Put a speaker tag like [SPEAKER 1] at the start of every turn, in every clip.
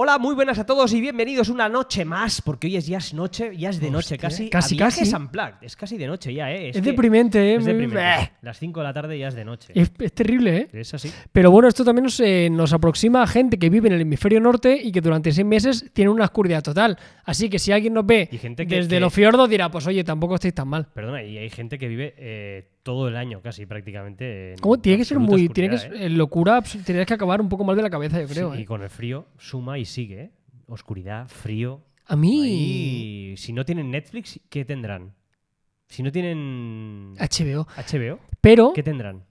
[SPEAKER 1] Hola, muy buenas a todos y bienvenidos una noche más, porque hoy es ya es noche, ya es de noche
[SPEAKER 2] Hostia,
[SPEAKER 1] casi. a
[SPEAKER 2] casi,
[SPEAKER 1] viajes
[SPEAKER 2] casi.
[SPEAKER 1] Unplugged. Es casi de noche ya, ¿eh?
[SPEAKER 2] Es,
[SPEAKER 1] que-
[SPEAKER 2] deprimente, ¿eh?
[SPEAKER 1] Es
[SPEAKER 2] Me-
[SPEAKER 1] deprimente.
[SPEAKER 2] Bleh.
[SPEAKER 1] Las 5 de la tarde ya es de noche.
[SPEAKER 2] Es, es terrible, ¿eh?
[SPEAKER 1] Es así.
[SPEAKER 2] Pero bueno, esto también nos, eh, nos aproxima a gente que vive en el hemisferio norte y que durante seis meses tiene una oscuridad total. Así que si alguien nos ve
[SPEAKER 1] Y gente que-
[SPEAKER 2] desde
[SPEAKER 1] que-
[SPEAKER 2] los fiordos dirá, pues oye, tampoco estáis tan mal.
[SPEAKER 1] Perdona, y hay gente que vive eh, todo el año casi prácticamente. en
[SPEAKER 2] ¿Cómo? Tiene que ser
[SPEAKER 1] Mm, absoluta
[SPEAKER 2] muy... Tiene que
[SPEAKER 1] oscuridad,
[SPEAKER 2] ser- eh, locura, abs- tienes que acabar un poco mal de la cabeza, yo
[SPEAKER 1] ¿eh?
[SPEAKER 2] creo.
[SPEAKER 1] Sí,
[SPEAKER 2] ¿eh?
[SPEAKER 1] Y con el frío suma y sigue. ¿eh? Oscuridad, frío.
[SPEAKER 2] A mí...
[SPEAKER 1] Ahí, si no tienen Netflix, ¿qué tendrán? Si no tienen
[SPEAKER 2] HBO.
[SPEAKER 1] HBO,
[SPEAKER 2] Pero,
[SPEAKER 1] ¿qué tendrán?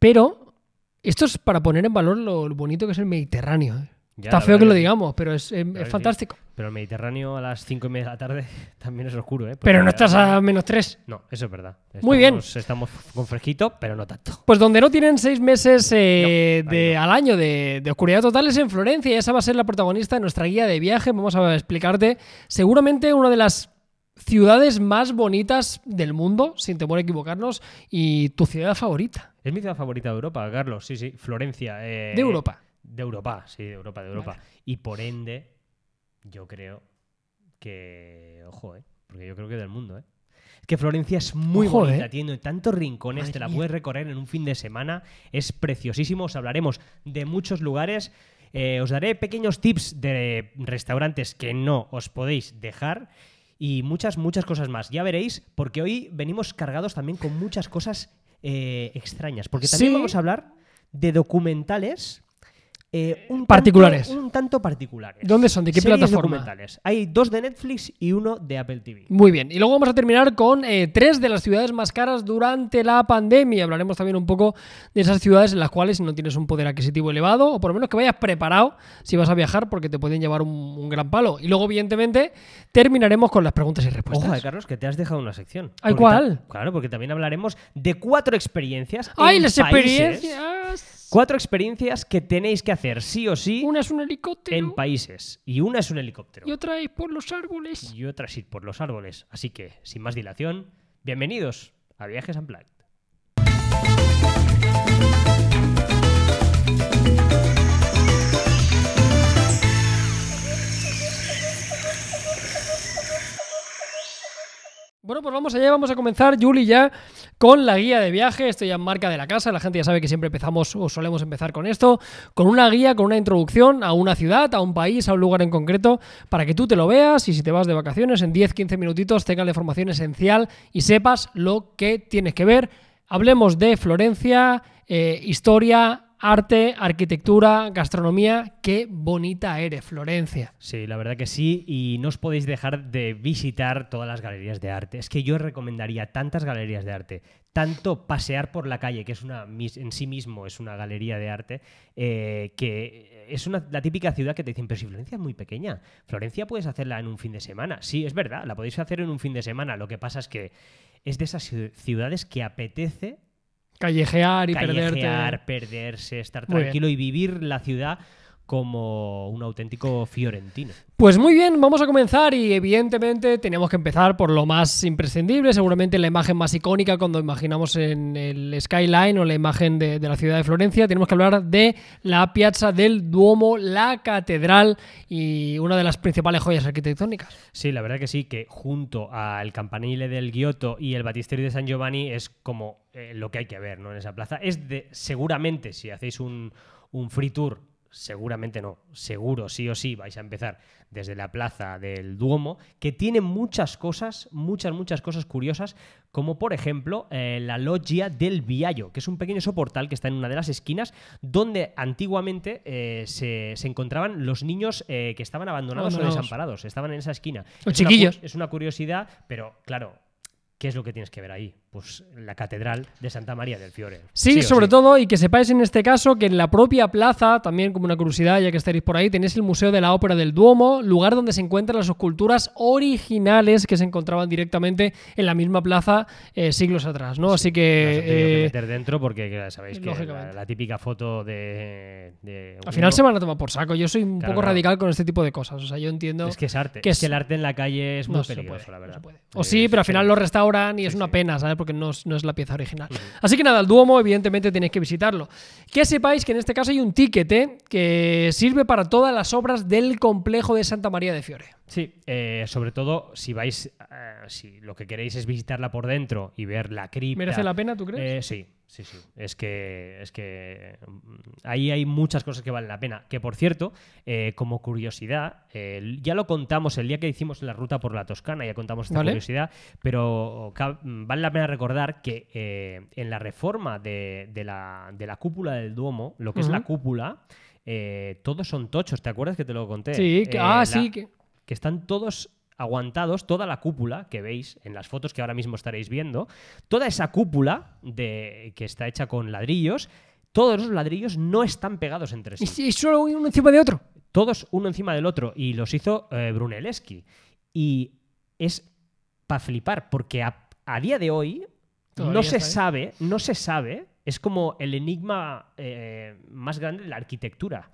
[SPEAKER 2] pero, esto es para poner en valor lo bonito que es el Mediterráneo. ¿eh?
[SPEAKER 1] Ya,
[SPEAKER 2] Está
[SPEAKER 1] la
[SPEAKER 2] feo
[SPEAKER 1] verdad
[SPEAKER 2] que lo
[SPEAKER 1] sí.
[SPEAKER 2] digamos, pero es, eh,
[SPEAKER 1] que
[SPEAKER 2] es
[SPEAKER 1] sí.
[SPEAKER 2] fantástico.
[SPEAKER 1] Pero el Mediterráneo a las 5 y media de la tarde también es oscuro, ¿eh? Porque
[SPEAKER 2] Pero no
[SPEAKER 1] la-
[SPEAKER 2] estás a menos tres.
[SPEAKER 1] No, eso es verdad.
[SPEAKER 2] Muy bien.
[SPEAKER 1] Estamos- Estamos con fresquito, pero no tanto.
[SPEAKER 2] Pues donde no tienen seis meses eh,
[SPEAKER 1] No, ahí
[SPEAKER 2] de,
[SPEAKER 1] no.
[SPEAKER 2] al año de, de oscuridad total es en Florencia y esa va a ser la protagonista de nuestra guía de viaje. Vamos a explicarte seguramente una de las ciudades más bonitas del mundo, sin temor a equivocarnos, y tu ciudad favorita
[SPEAKER 1] Es mi ciudad favorita de Europa, Carlos. Sí, sí. Florencia. eh,
[SPEAKER 2] de Europa.
[SPEAKER 1] De Europa, sí, de Europa, de Europa. Y por ende, yo creo que. Ojo, ¿eh? Porque yo creo que del mundo, ¿eh? Es que Florencia es muy
[SPEAKER 2] Ojo,
[SPEAKER 1] bonita,
[SPEAKER 2] ¿eh?
[SPEAKER 1] tiene tantos rincones,
[SPEAKER 2] Madre
[SPEAKER 1] te la
[SPEAKER 2] mía.
[SPEAKER 1] puedes recorrer en un fin de semana, es preciosísimo. Os hablaremos de muchos lugares. eh, os daré pequeños tips de restaurantes que no os podéis dejar y muchas, muchas cosas más. Ya veréis, porque hoy venimos cargados también con muchas cosas eh, extrañas. Porque también
[SPEAKER 2] Sí.
[SPEAKER 1] vamos a hablar de documentales eh, un
[SPEAKER 2] Particulares.
[SPEAKER 1] tanto- un tanto particulares.
[SPEAKER 2] ¿Dónde son? ¿De qué
[SPEAKER 1] Series
[SPEAKER 2] plataforma?
[SPEAKER 1] documentales. Hay dos de Netflix y uno de Apple TV.
[SPEAKER 2] Muy bien, y luego vamos a terminar con eh, tres de las ciudades más caras durante la pandemia. Hablaremos también un poco de esas ciudades en las cuales no tienes un poder adquisitivo elevado, o por lo menos que vayas preparado si vas a viajar, porque te pueden llevar un, un gran palo. Y luego, evidentemente, terminaremos con las preguntas y respuestas.
[SPEAKER 1] Ojo, eh, Carlos, que te has dejado una sección.
[SPEAKER 2] Ay,
[SPEAKER 1] Porque
[SPEAKER 2] Pues ¿cuál?
[SPEAKER 1] ta- Claro, porque también hablaremos de cuatro experiencias.
[SPEAKER 2] ¡Ay,
[SPEAKER 1] en
[SPEAKER 2] las
[SPEAKER 1] países.
[SPEAKER 2] experiencias!
[SPEAKER 1] Cuatro experiencias que tenéis que hacer sí o sí
[SPEAKER 2] Una es un helicóptero
[SPEAKER 1] en países. Y una es un helicóptero.
[SPEAKER 2] y otra es por los árboles.
[SPEAKER 1] Y otra es ir por los árboles. Así que, sin más dilación, bienvenidos a Viajes Unplugged.
[SPEAKER 2] Bueno, pues vamos allá, vamos a comenzar, Juli, ya con la guía de viaje. Esto ya es marca de la casa, la gente ya sabe que siempre empezamos o solemos empezar con esto, con una guía, con una introducción a una ciudad, a un país, a un lugar en concreto, para que tú te lo veas y si te vas de vacaciones, en 10-15 minutitos tengas la información esencial y sepas lo que tienes que ver. Hablemos de Florencia, eh, historia, arte, arquitectura, gastronomía. Qué bonita eres, Florencia.
[SPEAKER 1] Sí, la verdad que sí, y no os podéis dejar de visitar todas las galerías de arte. Es que yo os recomendaría tantas galerías de arte, tanto pasear por la calle, que es una mis- en sí mismo es una galería de arte, eh, que es una, la típica ciudad que te dicen, pero si Florencia es muy pequeña, Florencia puedes hacerla en un fin de semana. Sí, es verdad, la podéis hacer en un fin de semana. Lo que pasa es que es de esas ciu- ciudades que apetece
[SPEAKER 2] Callejear y perderte.
[SPEAKER 1] callejear, perderse, estar
[SPEAKER 2] Muy bien.
[SPEAKER 1] tranquilo y vivir la ciudad como un auténtico fiorentino.
[SPEAKER 2] Pues muy bien, vamos a comenzar y evidentemente tenemos que empezar por lo más imprescindible, seguramente la imagen más icónica cuando imaginamos en el skyline o la imagen de, de la ciudad de Florencia, tenemos que hablar de la Piazza del Duomo, la catedral y una de las principales joyas arquitectónicas.
[SPEAKER 1] Sí, la verdad que sí, que junto al campanile del Giotto y el batisterio de San Giovanni es como eh, lo que hay que ver ¿no? en esa plaza. Es de, seguramente, si hacéis un, un free tour, seguramente no, seguro, sí o sí, vais a empezar desde la plaza del Duomo, que tiene muchas cosas, muchas, muchas cosas curiosas, como por ejemplo eh, la loggia del Viallo, que es un pequeño soportal que está en una de las esquinas, donde antiguamente eh, se, se encontraban los niños eh, que estaban abandonados o
[SPEAKER 2] Abandonados.
[SPEAKER 1] desamparados parados, estaban en esa esquina.
[SPEAKER 2] Los
[SPEAKER 1] Es una
[SPEAKER 2] chiquillos.
[SPEAKER 1] cu- es una curiosidad, pero claro, ¿qué es lo que tienes que ver ahí? Pues la catedral de Santa María del Fiore.
[SPEAKER 2] Sí,
[SPEAKER 1] o
[SPEAKER 2] sobre todo, y que sepáis en este caso que en la propia plaza, también como una curiosidad, ya que estaréis por ahí, tenéis el Museo de la Ópera del Duomo, lugar donde se encuentran las esculturas originales que se encontraban directamente en la misma plaza eh, siglos atrás, ¿no?
[SPEAKER 1] Nos
[SPEAKER 2] Así
[SPEAKER 1] han tenido que
[SPEAKER 2] que. eh,
[SPEAKER 1] meter dentro porque ya sabéis que la,
[SPEAKER 2] lógicamente.
[SPEAKER 1] la típica foto de, de
[SPEAKER 2] al
[SPEAKER 1] uno-
[SPEAKER 2] final se van a tomar por saco. Yo soy un
[SPEAKER 1] Claro,
[SPEAKER 2] poco
[SPEAKER 1] claro.
[SPEAKER 2] radical con este tipo de cosas. O sea, yo entiendo.
[SPEAKER 1] es que es arte
[SPEAKER 2] que
[SPEAKER 1] es
[SPEAKER 2] es-
[SPEAKER 1] que el arte en la calle es muy
[SPEAKER 2] no se
[SPEAKER 1] peligroso
[SPEAKER 2] puede,
[SPEAKER 1] la
[SPEAKER 2] no
[SPEAKER 1] verdad
[SPEAKER 2] se
[SPEAKER 1] Eh,
[SPEAKER 2] puede. O sí, pero al final lo
[SPEAKER 1] los
[SPEAKER 2] restauran y
[SPEAKER 1] Sí,
[SPEAKER 2] es
[SPEAKER 1] sí.
[SPEAKER 2] una pena, ¿sabes? porque no, es- no es la pieza original. Así que nada, el Duomo evidentemente tenéis que visitarlo. Que sepáis que en este caso hay un ticket ¿eh? que sirve para todas las obras del complejo de Santa María de Fiore.
[SPEAKER 1] Sí, eh, sobre todo si vais, eh, si lo que queréis es visitarla por dentro y ver la cripta.
[SPEAKER 2] ¿Merece la pena, tú crees?
[SPEAKER 1] Eh, sí, sí, sí. Es que, es que mm, ahí hay muchas cosas que valen la pena. Que por cierto, eh, como curiosidad, eh, ya lo contamos el día que hicimos la ruta por la Toscana, ya contamos esta
[SPEAKER 2] Vale.
[SPEAKER 1] curiosidad, pero ca- mm, vale la pena recordar que eh, en la reforma de, de la, de la cúpula del Duomo, lo que es la
[SPEAKER 2] Ujú.
[SPEAKER 1] cúpula, eh, todos son tochos, ¿te acuerdas que te lo conté?
[SPEAKER 2] sí,
[SPEAKER 1] Eh,
[SPEAKER 2] que- ah,
[SPEAKER 1] la-
[SPEAKER 2] sí. Que...
[SPEAKER 1] que están todos aguantados, toda la cúpula que veis en las fotos que ahora mismo estaréis viendo, toda esa cúpula de, que está hecha con ladrillos, todos los ladrillos no están pegados entre
[SPEAKER 2] Y,
[SPEAKER 1] sí,
[SPEAKER 2] y solo uno encima de otro.
[SPEAKER 1] todos uno encima del otro, y los hizo eh, Brunelleschi. Y es para flipar, porque a, a día de hoy
[SPEAKER 2] Todavía
[SPEAKER 1] no se
[SPEAKER 2] está ahí.
[SPEAKER 1] sabe, no se sabe, es como el enigma eh, más grande de la arquitectura,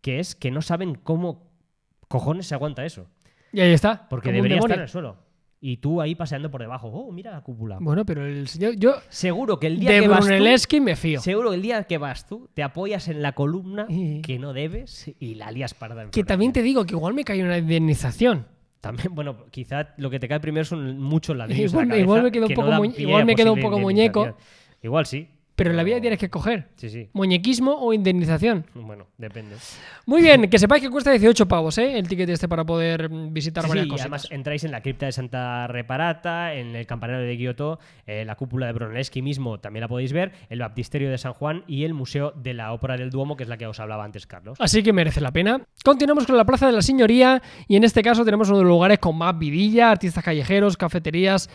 [SPEAKER 1] que es que no saben cómo cojones se aguanta eso.
[SPEAKER 2] Y ahí está.
[SPEAKER 1] Porque
[SPEAKER 2] como un
[SPEAKER 1] debería estar
[SPEAKER 2] demonio.
[SPEAKER 1] en el suelo. Y tú ahí paseando por debajo. Oh, mira la cúpula.
[SPEAKER 2] Bueno, pero el señor. Yo
[SPEAKER 1] Seguro que el día
[SPEAKER 2] de
[SPEAKER 1] que vas tú,
[SPEAKER 2] Brunelleschi me fío.
[SPEAKER 1] seguro que el día que vas tú, te apoyas en la columna
[SPEAKER 2] Sí.
[SPEAKER 1] que no debes y la lías parda. en
[SPEAKER 2] Que
[SPEAKER 1] Florencia.
[SPEAKER 2] también te digo que igual me cae una indemnización.
[SPEAKER 1] También, bueno, quizá lo que te cae primero son muchos ladrillos.
[SPEAKER 2] Igual-
[SPEAKER 1] en la cabeza
[SPEAKER 2] igual me quedo un
[SPEAKER 1] que
[SPEAKER 2] poco
[SPEAKER 1] dan
[SPEAKER 2] muñe-
[SPEAKER 1] pie
[SPEAKER 2] igual me
[SPEAKER 1] a
[SPEAKER 2] quedo un
[SPEAKER 1] posible
[SPEAKER 2] poco muñeco.
[SPEAKER 1] indemnización. Igual sí.
[SPEAKER 2] Pero en la vida tienes que escoger.
[SPEAKER 1] Sí, sí.
[SPEAKER 2] ¿Muñequismo o indemnización?
[SPEAKER 1] Bueno, depende.
[SPEAKER 2] Muy bien, que sepáis que cuesta 18 pavos, ¿eh? El ticket este para poder mm, visitar
[SPEAKER 1] Sí,
[SPEAKER 2] varias
[SPEAKER 1] sí, y
[SPEAKER 2] cosas.
[SPEAKER 1] además entráis en la cripta de Santa Reparata, en el campanario de Giotto, eh, la cúpula de Brunelleschi mismo también la podéis ver, el baptisterio de San Juan y el museo de la ópera del Duomo, que es la que os hablaba antes, Carlos.
[SPEAKER 2] Así que merece la pena. Continuamos con la Plaza de la Señoría y en este caso tenemos uno de los lugares con más vidilla, artistas callejeros, cafeterías,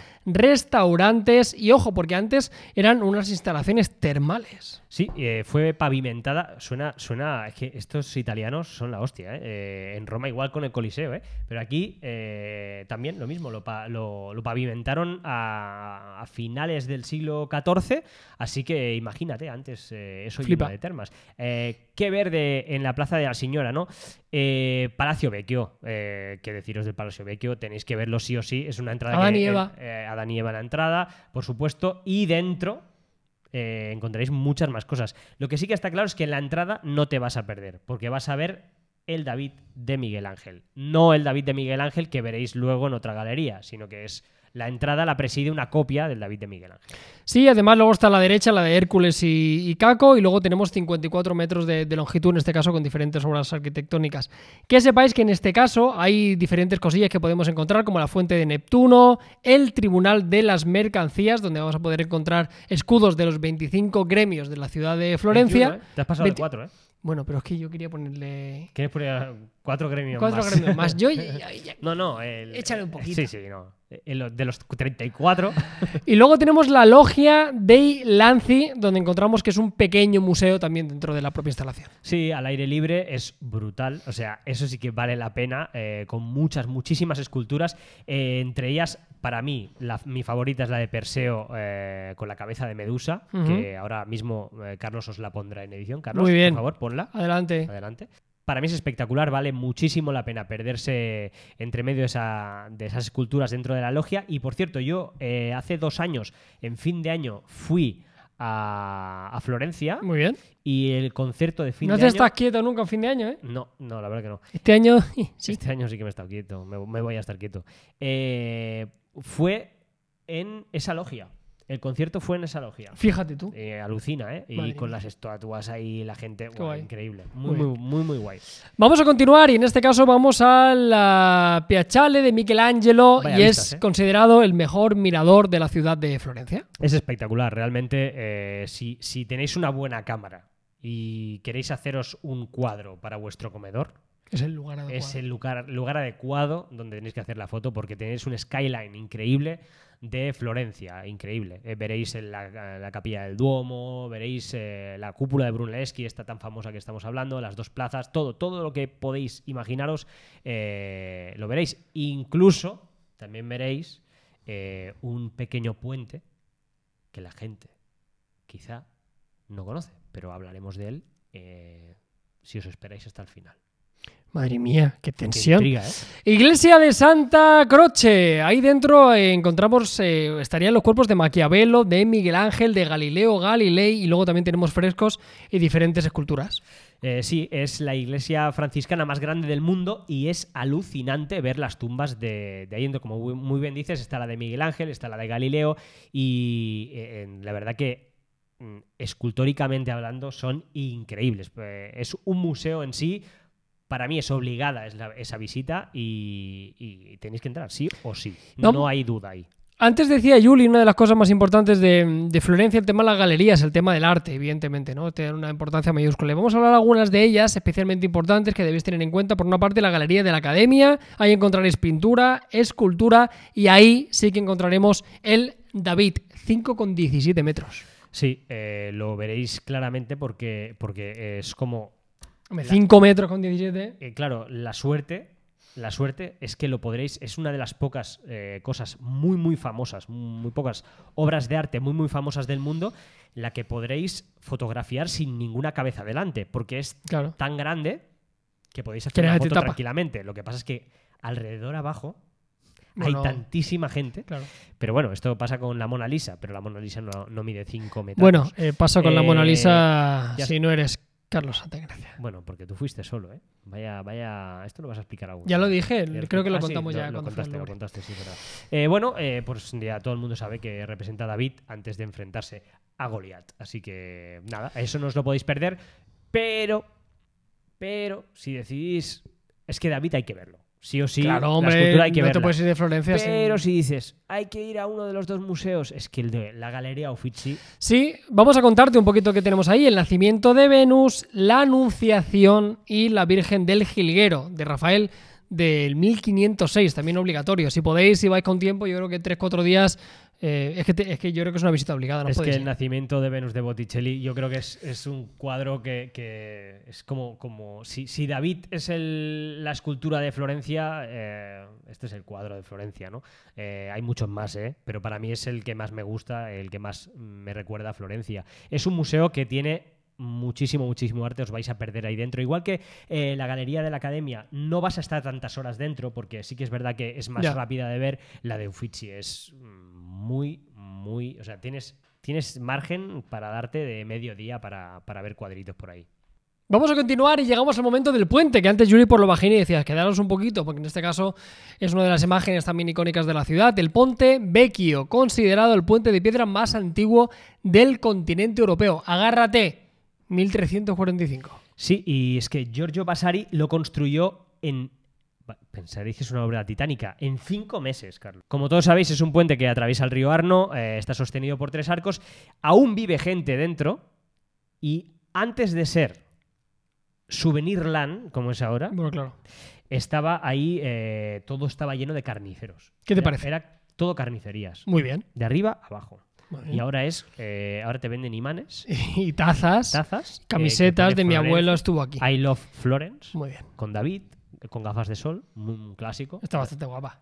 [SPEAKER 2] restaurantes y ojo, porque antes eran unas instalaciones termales.
[SPEAKER 1] Sí, eh, fue pavimentada. Suena, suena, es que estos italianos son la hostia, ¿eh? Eh, En Roma igual con el Coliseo, ¿eh? Pero aquí eh, también lo mismo, lo, pa- lo- lo pavimentaron a, a finales del siglo XIV, así que imagínate, antes eh, eso
[SPEAKER 2] Flipa.
[SPEAKER 1] lleno de termas. Eh, qué verde en la Plaza de la Señora, ¿no? Eh, Palacio Vecchio, eh, que deciros del Palacio Vecchio, tenéis que verlo sí o sí, es una entrada...
[SPEAKER 2] Adán
[SPEAKER 1] que,
[SPEAKER 2] y
[SPEAKER 1] eh,
[SPEAKER 2] Eva.
[SPEAKER 1] eh, Adán y Eva en la entrada, por supuesto, y dentro eh, encontraréis muchas más cosas. Lo que sí que está claro es que en la entrada no te vas a perder, porque vas a ver el David de Miguel Ángel. No el David de Miguel Ángel que veréis luego en otra galería, sino que es la entrada la preside una copia del David de Miguel Ángel.
[SPEAKER 2] Sí, además luego está a la derecha la de Hércules y, y Caco y luego tenemos 54 metros de, de longitud, en este caso con diferentes obras arquitectónicas. Que sepáis que en este caso hay diferentes cosillas que podemos encontrar, como la Fuente de Neptuno, el Tribunal de las Mercancías, donde vamos a poder encontrar escudos de los 25 gremios de la ciudad de Florencia.
[SPEAKER 1] 21, ¿eh? Te has pasado de
[SPEAKER 2] Veinti-
[SPEAKER 1] cuatro, ¿eh?
[SPEAKER 2] Bueno, pero es que yo quería ponerle
[SPEAKER 1] ¿Quieres poner cuatro gremios
[SPEAKER 2] cuatro
[SPEAKER 1] más?
[SPEAKER 2] gremios más. Yo, ya- ya-
[SPEAKER 1] No, no. el-
[SPEAKER 2] Échale un poquito.
[SPEAKER 1] Sí, sí, no. El- De los 34.
[SPEAKER 2] Y luego tenemos la Logia dei Lanzi, donde encontramos que es un pequeño museo también dentro de la propia instalación.
[SPEAKER 1] Sí, al aire libre es brutal. O sea, eso sí que vale la pena. eh, con muchas, muchísimas esculturas. eh, entre ellas, para mí, la- mi favorita es la de Perseo eh, con la cabeza de Medusa.
[SPEAKER 2] Ujú.
[SPEAKER 1] Que ahora mismo eh, Carlos os la pondrá en edición. Carlos,
[SPEAKER 2] Muy bien.
[SPEAKER 1] por favor, ponla.
[SPEAKER 2] Adelante.
[SPEAKER 1] Adelante. Para mí es espectacular, vale muchísimo la pena perderse entre medio de, esa- de esas esculturas dentro de la logia. Y por cierto, yo eh, hace dos años, en fin de año, fui a, a Florencia
[SPEAKER 2] Muy bien.
[SPEAKER 1] y el concierto de fin
[SPEAKER 2] no
[SPEAKER 1] de
[SPEAKER 2] te
[SPEAKER 1] año.
[SPEAKER 2] estás quieto nunca en fin de año, ¿eh?
[SPEAKER 1] No, no, la verdad que no.
[SPEAKER 2] Este año, sí.
[SPEAKER 1] Este año sí que me he estado quieto, me, me voy a estar quieto. Eh, fue en esa logia. El concierto fue en esa logia.
[SPEAKER 2] Fíjate tú.
[SPEAKER 1] Eh, alucina, ¿eh? Y
[SPEAKER 2] Madre
[SPEAKER 1] con
[SPEAKER 2] mía.
[SPEAKER 1] las estatuas ahí, la gente,
[SPEAKER 2] Qué
[SPEAKER 1] guau,
[SPEAKER 2] guay.
[SPEAKER 1] increíble.
[SPEAKER 2] Muy
[SPEAKER 1] Muy, muy, muy, muy guay.
[SPEAKER 2] Vamos a continuar y en este caso vamos a la Piazzale de Michelangelo
[SPEAKER 1] Vaya
[SPEAKER 2] y
[SPEAKER 1] vistas,
[SPEAKER 2] es
[SPEAKER 1] ¿eh?
[SPEAKER 2] considerado el mejor mirador de la ciudad de Florencia.
[SPEAKER 1] Es espectacular, realmente. eh, si, si tenéis una buena cámara y queréis haceros un cuadro para vuestro comedor,
[SPEAKER 2] Es el lugar adecuado.
[SPEAKER 1] es el lugar, lugar adecuado donde tenéis que hacer la foto porque tenéis un skyline increíble de Florencia, increíble. Eh, veréis el- la, la capilla del Duomo, veréis eh, la cúpula de Brunelleschi, esta tan famosa que estamos hablando, las dos plazas, todo, todo lo que podéis imaginaros eh, lo veréis. Incluso también veréis eh, un pequeño puente que la gente quizá no conoce, pero hablaremos de él eh, si os esperáis hasta el final.
[SPEAKER 2] Madre mía, qué
[SPEAKER 1] Qué
[SPEAKER 2] tensión.
[SPEAKER 1] intriga, ¿eh?
[SPEAKER 2] Iglesia de Santa Croce. Ahí dentro eh, encontramos, eh, estarían los cuerpos de Maquiavelo, de Miguel Ángel, de Galileo Galilei y luego también tenemos frescos y diferentes esculturas.
[SPEAKER 1] Eh, sí, es la iglesia franciscana más grande del mundo y es alucinante ver las tumbas de, de ahí dentro. Como bu- muy bien dices, está la de Miguel Ángel, está la de Galileo y eh, en- la verdad que mm, escultóricamente hablando son increíbles. Eh, es un museo en sí. Para mí es obligada es la- esa visita y, y tenéis que entrar, sí o sí.
[SPEAKER 2] No.
[SPEAKER 1] No, hay duda ahí.
[SPEAKER 2] Antes decía Yuli, una de las cosas más importantes de, de Florencia, el tema de las galerías, el tema del arte, evidentemente, ¿no? Tiene una importancia mayúscula. Y Vamos a hablar algunas de ellas, especialmente importantes, que debéis tener en cuenta. Por una parte, la Galería de la Academia, ahí encontraréis pintura, escultura, y ahí sí que encontraremos el David, 5,17 metros.
[SPEAKER 1] Sí, eh, lo veréis claramente porque, porque es como
[SPEAKER 2] 5 metros con 17.
[SPEAKER 1] Eh, claro, la suerte, la suerte es que lo podréis, es una de las pocas eh, cosas muy, muy famosas, muy pocas obras de arte muy, muy famosas del mundo, la que podréis fotografiar sin ninguna cabeza delante, porque es
[SPEAKER 2] Claro.
[SPEAKER 1] tan grande que podéis
[SPEAKER 2] Que
[SPEAKER 1] hacer una
[SPEAKER 2] nadie te
[SPEAKER 1] foto
[SPEAKER 2] tapa.
[SPEAKER 1] tranquilamente. Lo que pasa es que alrededor abajo
[SPEAKER 2] Bueno,
[SPEAKER 1] hay tantísima gente,
[SPEAKER 2] claro.
[SPEAKER 1] pero bueno, esto pasa con la Mona Lisa, pero la Mona Lisa no, no mide 5 metros.
[SPEAKER 2] Bueno, eh, paso con la
[SPEAKER 1] Eh,
[SPEAKER 2] Mona Lisa
[SPEAKER 1] ya
[SPEAKER 2] si no eres Carlos Santagracia.
[SPEAKER 1] Bueno, porque tú fuiste solo, ¿eh? Vaya, vaya, esto lo vas a explicar aún.
[SPEAKER 2] Ya lo dije,
[SPEAKER 1] Cierto.
[SPEAKER 2] creo que lo
[SPEAKER 1] Ah, sí,
[SPEAKER 2] contamos ya
[SPEAKER 1] Lo
[SPEAKER 2] cuando fue el
[SPEAKER 1] contaste, lo
[SPEAKER 2] nombre.
[SPEAKER 1] contaste, sí, es verdad. Eh, bueno, eh, pues ya todo el mundo sabe que representa a David antes de enfrentarse a Goliat. Así que nada, eso no os lo podéis perder. Pero, pero, si decidís. Es que David hay que verlo. Sí o sí,
[SPEAKER 2] claro,
[SPEAKER 1] la
[SPEAKER 2] hombre,
[SPEAKER 1] escultura hay que
[SPEAKER 2] no
[SPEAKER 1] verla.
[SPEAKER 2] te puedes ir de Florencia sin-
[SPEAKER 1] pero si dices, hay que ir a uno de los dos museos, es que el de la Galería Uffizi
[SPEAKER 2] Sí, vamos a contarte un poquito qué tenemos ahí. El nacimiento de Venus, la Anunciación y la Virgen del Jilguero de Rafael del 1506, también obligatorio. Si podéis, si vais con tiempo, yo creo que 3-4 días... eh, es, que te- es que yo creo que es una visita obligada. No
[SPEAKER 1] es que
[SPEAKER 2] podéis
[SPEAKER 1] el
[SPEAKER 2] ir.
[SPEAKER 1] nacimiento de Venus de Botticelli, yo creo que es, es un cuadro que, que es como. como si, si David es el- la escultura de Florencia, eh, este es el cuadro de Florencia, ¿no? Eh, hay muchos más, ¿eh? Pero para mí es el que más me gusta, el que más me recuerda a Florencia. Es un museo que tiene muchísimo, muchísimo arte, os vais a perder ahí dentro. Igual que eh, la galería de la academia, no vas a estar tantas horas dentro, porque sí que es verdad que es más
[SPEAKER 2] Ya.
[SPEAKER 1] rápida de ver. La de Uffizi es mm, muy, muy. O sea, tienes, tienes margen para darte de mediodía para, para ver cuadritos por ahí.
[SPEAKER 2] Vamos a continuar y llegamos al momento del puente, que antes Yuri por lo bajín y decías, quedaros un poquito, porque en este caso es una de las imágenes también icónicas de la ciudad, el Ponte Vecchio, considerado el puente de piedra más antiguo del continente europeo. Agárrate, 1345.
[SPEAKER 1] Sí, y es que Giorgio Vasari lo construyó en. va, Pensaréis que es una obra titánica. En cinco meses, Carlos. Como todos sabéis, es un puente que atraviesa el río Arno, eh, está sostenido por tres arcos. Aún vive gente dentro. Y antes de ser Souvenirland, como es ahora,
[SPEAKER 2] Bueno, claro.
[SPEAKER 1] estaba ahí, eh, todo estaba lleno de carniceros.
[SPEAKER 2] ¿Qué te
[SPEAKER 1] Era-
[SPEAKER 2] parece?
[SPEAKER 1] Era todo carnicerías.
[SPEAKER 2] Muy bien.
[SPEAKER 1] De arriba a abajo.
[SPEAKER 2] Muy
[SPEAKER 1] Y
[SPEAKER 2] bien.
[SPEAKER 1] ahora es, eh, ahora te venden imanes,
[SPEAKER 2] Y tazas,
[SPEAKER 1] tazas, eh, que
[SPEAKER 2] camisetas
[SPEAKER 1] pone
[SPEAKER 2] de mi
[SPEAKER 1] Florence,
[SPEAKER 2] abuelo estuvo aquí.
[SPEAKER 1] I love Florence
[SPEAKER 2] Muy bien.
[SPEAKER 1] con David, con gafas de sol, muy- un clásico.
[SPEAKER 2] Está bastante guapa.